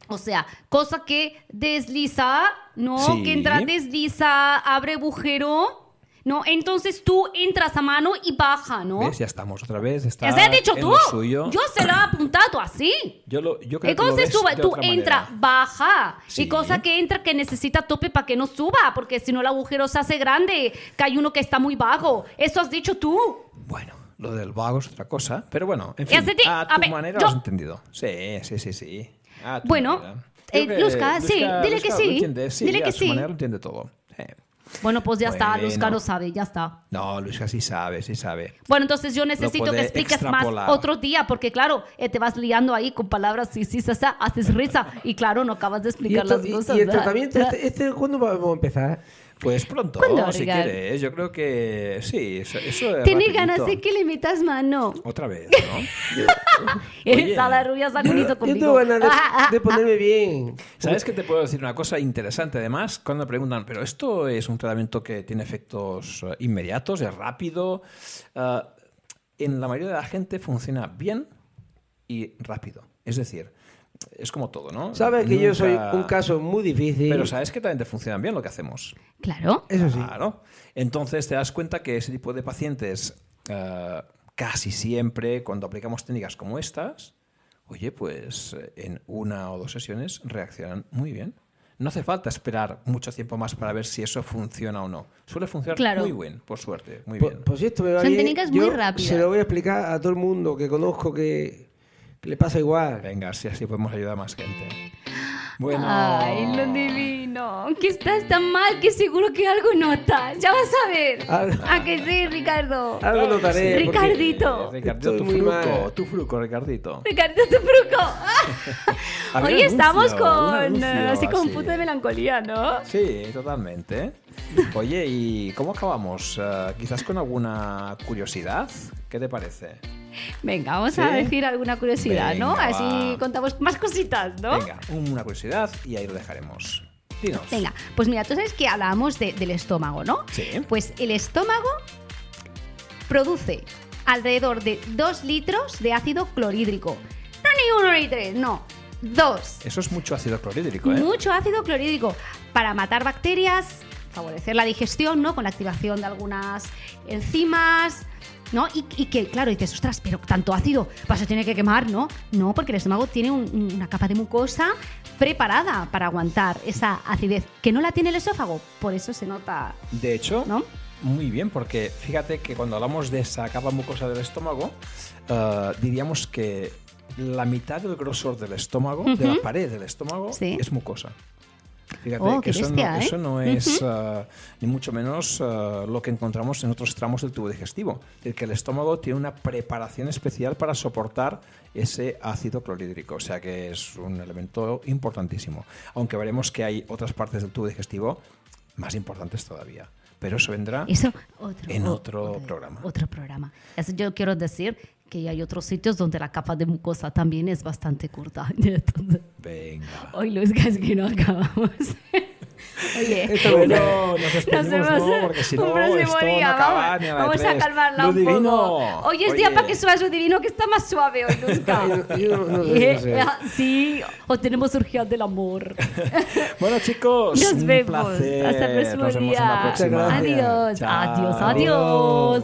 Speaker 1: o sea, cosa que desliza, ¿no?
Speaker 2: Sí.
Speaker 1: Que entra, desliza, abre agujero, ¿no? Entonces tú entras a mano y baja, ¿no?
Speaker 2: ¿Ves? Ya estamos otra vez. Está
Speaker 1: Ya se has dicho
Speaker 2: en
Speaker 1: tú.
Speaker 2: lo suyo.
Speaker 1: Yo se lo he apuntado así.
Speaker 2: Yo lo- yo creo que lo
Speaker 1: Entonces
Speaker 2: ves
Speaker 1: tú,
Speaker 2: de
Speaker 1: tú
Speaker 2: otra
Speaker 1: entra,
Speaker 2: manera.
Speaker 1: baja.
Speaker 2: Sí.
Speaker 1: Y cosa que entra que necesita tope para que no suba, porque si no el agujero se hace grande, que hay uno que está muy vago. Eso has dicho tú.
Speaker 2: Bueno, lo del vago es otra cosa. Pero bueno, en
Speaker 1: Ya
Speaker 2: fin,
Speaker 1: sé que-
Speaker 2: a tu
Speaker 1: a ver,
Speaker 2: manera
Speaker 1: yo-
Speaker 2: lo has entendido. Sí, sí, sí, sí. A tu
Speaker 1: Bueno,
Speaker 2: manera.
Speaker 1: eh,
Speaker 2: Yo creo que
Speaker 1: Luzca, sí, dile que
Speaker 2: lo
Speaker 1: sí.
Speaker 2: entiende, sí,
Speaker 1: Dile
Speaker 2: a
Speaker 1: que
Speaker 2: su
Speaker 1: sí.
Speaker 2: manera lo entiende todo. Sí.
Speaker 1: Bueno, pues ya está,
Speaker 2: Bueno.
Speaker 1: Luzca lo sabe, ya está.
Speaker 2: No, Luzca sí sabe, sí sabe.
Speaker 1: Bueno, entonces yo necesito
Speaker 2: puede
Speaker 1: que expliques más
Speaker 2: extrapolar.
Speaker 1: otro día, porque claro, eh, te vas liando ahí con palabras, sí, sí, sa, sa, haces risa, y claro, no acabas de
Speaker 3: Y,
Speaker 1: explicar
Speaker 3: esto-
Speaker 1: las
Speaker 3: y-
Speaker 1: cosas.
Speaker 3: y el
Speaker 1: ¿verdad?
Speaker 3: tratamiento, este, este, ¿cuándo vamos a empezar?
Speaker 2: Pues pronto,
Speaker 1: ¿Cuándo,
Speaker 2: si
Speaker 1: Regal?
Speaker 2: quieres. Yo creo que sí, eso, eso
Speaker 3: eh,
Speaker 2: es
Speaker 1: Tiene
Speaker 2: rapidito.
Speaker 1: ganas de que le metas mano.
Speaker 2: Otra vez, ¿no? Oye.
Speaker 1: Esa la rubia se ha unido
Speaker 3: Yo
Speaker 1: conmigo.
Speaker 3: tengo ganas de,
Speaker 1: Ah, ah,
Speaker 3: de ponerme bien.
Speaker 2: ¿Sabes que te puedo decir una cosa interesante? Además, cuando me preguntan, pero esto es un tratamiento que tiene efectos eh, inmediatos, es rápido. Ah, en la mayoría de la gente funciona bien y rápido. Es decir, es como todo, ¿no?
Speaker 3: Sabes que yo soy
Speaker 2: Nunca-
Speaker 3: un caso muy difícil.
Speaker 2: Pero sabes Ah, que también te funciona bien lo que hacemos.
Speaker 1: Claro.
Speaker 3: Eso sí.
Speaker 2: Claro. Entonces te das cuenta que ese tipo de pacientes, eh, casi siempre, cuando aplicamos técnicas como estas, oye, pues eh, en una o dos sesiones reaccionan muy bien. No hace falta esperar mucho tiempo más para ver si eso funciona o no. Suele funcionar
Speaker 1: Claro.
Speaker 2: muy bien, por suerte, muy
Speaker 3: Pues,
Speaker 2: bien.
Speaker 3: pues esto me va
Speaker 1: Son
Speaker 3: bien.
Speaker 1: técnicas
Speaker 3: Yo
Speaker 1: muy rápidas.
Speaker 3: Se lo voy a explicar a todo el mundo que conozco que, que le pasa igual.
Speaker 2: Venga, si así podemos ayudar a más gente. Bueno.
Speaker 1: Ay, lo divino. Que estás tan mal que seguro que algo notas. Ya vas a ver.
Speaker 3: Algo-
Speaker 1: ¿A que sí, Ricardo?
Speaker 3: Algo notaré. porque-
Speaker 1: Ricardito.
Speaker 2: Ricardito,
Speaker 3: Estoy
Speaker 2: tu
Speaker 3: muy
Speaker 2: fruco,
Speaker 3: mal.
Speaker 2: tu fruco, Ricardito.
Speaker 1: Ricardo Tufruco.
Speaker 2: A ver,
Speaker 1: Hoy
Speaker 2: anuncio,
Speaker 1: estamos
Speaker 2: un
Speaker 1: con.
Speaker 2: anuncio,
Speaker 1: eh, Así con
Speaker 2: así.
Speaker 1: un punto de melancolía, ¿no?
Speaker 2: Sí, totalmente. Oye, ¿y cómo acabamos? Eh, quizás con alguna curiosidad. ¿Qué te parece?
Speaker 1: Venga, vamos a
Speaker 2: Sí.
Speaker 1: decir alguna curiosidad, ¿no?
Speaker 2: Venga,
Speaker 1: Así
Speaker 2: va.
Speaker 1: contamos más cositas, ¿no?
Speaker 2: Venga, una curiosidad y ahí lo dejaremos. Dinos.
Speaker 1: Venga, pues mira, tú sabes que hablábamos de- del estómago, ¿no?
Speaker 2: Sí.
Speaker 1: Pues el estómago produce alrededor de 2 litros de ácido clorhídrico. No ni uno ni tres, no. Dos.
Speaker 2: Eso es mucho ácido clorhídrico, ¿eh?
Speaker 1: Mucho ácido clorhídrico para matar bacterias, favorecer la digestión, ¿no? Con la activación de algunas enzimas, ¿no? Y, y que, claro, dices, ostras, pero tanto ácido vas a tener que quemar, ¿no? No, porque el estómago tiene un- una capa de mucosa preparada para aguantar esa acidez, que no la tiene el esófago, por eso se nota,
Speaker 2: De hecho,
Speaker 1: ¿no?
Speaker 2: muy bien, porque fíjate que cuando hablamos de esa capa mucosa del estómago, eh, diríamos que la mitad del grosor del estómago, de la
Speaker 1: Ujú.
Speaker 2: pared del estómago,
Speaker 1: Sí.
Speaker 2: es mucosa. Fíjate
Speaker 1: Oh,
Speaker 2: que
Speaker 1: qué
Speaker 2: eso, no,
Speaker 1: bestia, ¿eh?
Speaker 2: eso no es eh, ni mucho menos eh, lo que encontramos en otros tramos del tubo digestivo. El que el estómago tiene una preparación especial para soportar ese ácido clorhídrico, o sea que es un elemento importantísimo. Aunque veremos que hay otras partes del tubo digestivo más importantes todavía. Pero eso vendrá.
Speaker 1: Eso otro,
Speaker 2: En
Speaker 1: o-
Speaker 2: otro programa.
Speaker 1: Otro programa. Eso yo quiero decir que hay otros sitios donde la capa de mucosa también es bastante corta. Entonces,
Speaker 2: Venga.
Speaker 1: Hoy, Luis, que es que no acabamos. Oye,
Speaker 2: Esto no, nos despedimos,
Speaker 1: nos vemos
Speaker 2: ¿no? Porque si
Speaker 1: un
Speaker 2: no,
Speaker 1: próximo
Speaker 2: esto no
Speaker 1: día.
Speaker 2: acaba
Speaker 1: vamos
Speaker 2: ni a la de
Speaker 1: vamos a
Speaker 2: tres.
Speaker 1: calmarla
Speaker 2: Lo
Speaker 1: un
Speaker 2: divino.
Speaker 1: poco. Hoy es día
Speaker 2: Oye.
Speaker 1: para que subas lo divino, que está más suave hoy, Luzca.
Speaker 3: Yo no- no sé, no sé.
Speaker 1: Eh, ah, sí, o tenemos urgencia del amor.
Speaker 2: Bueno, chicos,
Speaker 1: Nos
Speaker 2: Pues un
Speaker 1: vemos.
Speaker 2: placer.
Speaker 1: Hasta el próximo
Speaker 2: Nos vemos en la
Speaker 1: día.
Speaker 2: próxima.
Speaker 1: Adiós,
Speaker 2: Chao.
Speaker 1: adiós, adiós.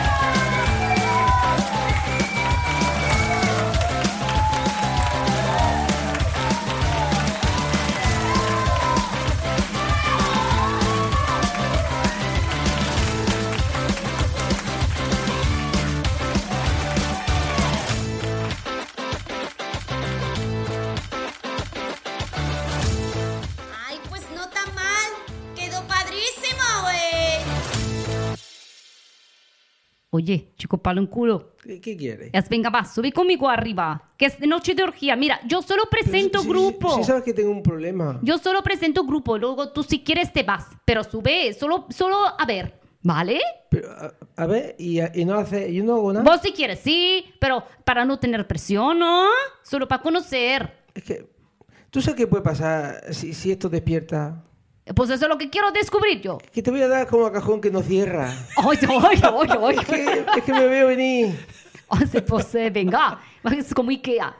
Speaker 6: Ay, pues no tan mal. Quedó padrísimo, güey.
Speaker 1: Oye, chico palo en culo.
Speaker 3: ¿Qué, qué quiere?
Speaker 1: Es, venga, va, sube conmigo arriba. Que es noche de orgía. Mira, yo solo presento
Speaker 3: Sí, sí,
Speaker 1: grupo.
Speaker 3: Sí, sabes que tengo un problema.
Speaker 1: Yo solo presento grupo, luego tú si quieres te vas, pero sube, solo, solo a ver, ¿vale?
Speaker 3: Pero, a, a ver, y, y no hace, yo no hago nada.
Speaker 1: Vos si quieres, sí, pero para no tener presión, ¿no? Solo para conocer.
Speaker 3: Es que, ¿tú sabes qué puede pasar si, si esto despierta?
Speaker 1: Pues eso es lo que quiero descubrir yo.
Speaker 3: Que te voy a dar como a cajón que no cierra.
Speaker 1: Ay, ay, ay, ay.
Speaker 3: Es que, es que me veo venir.
Speaker 1: Ay, pues eh, venga, es como Ikea.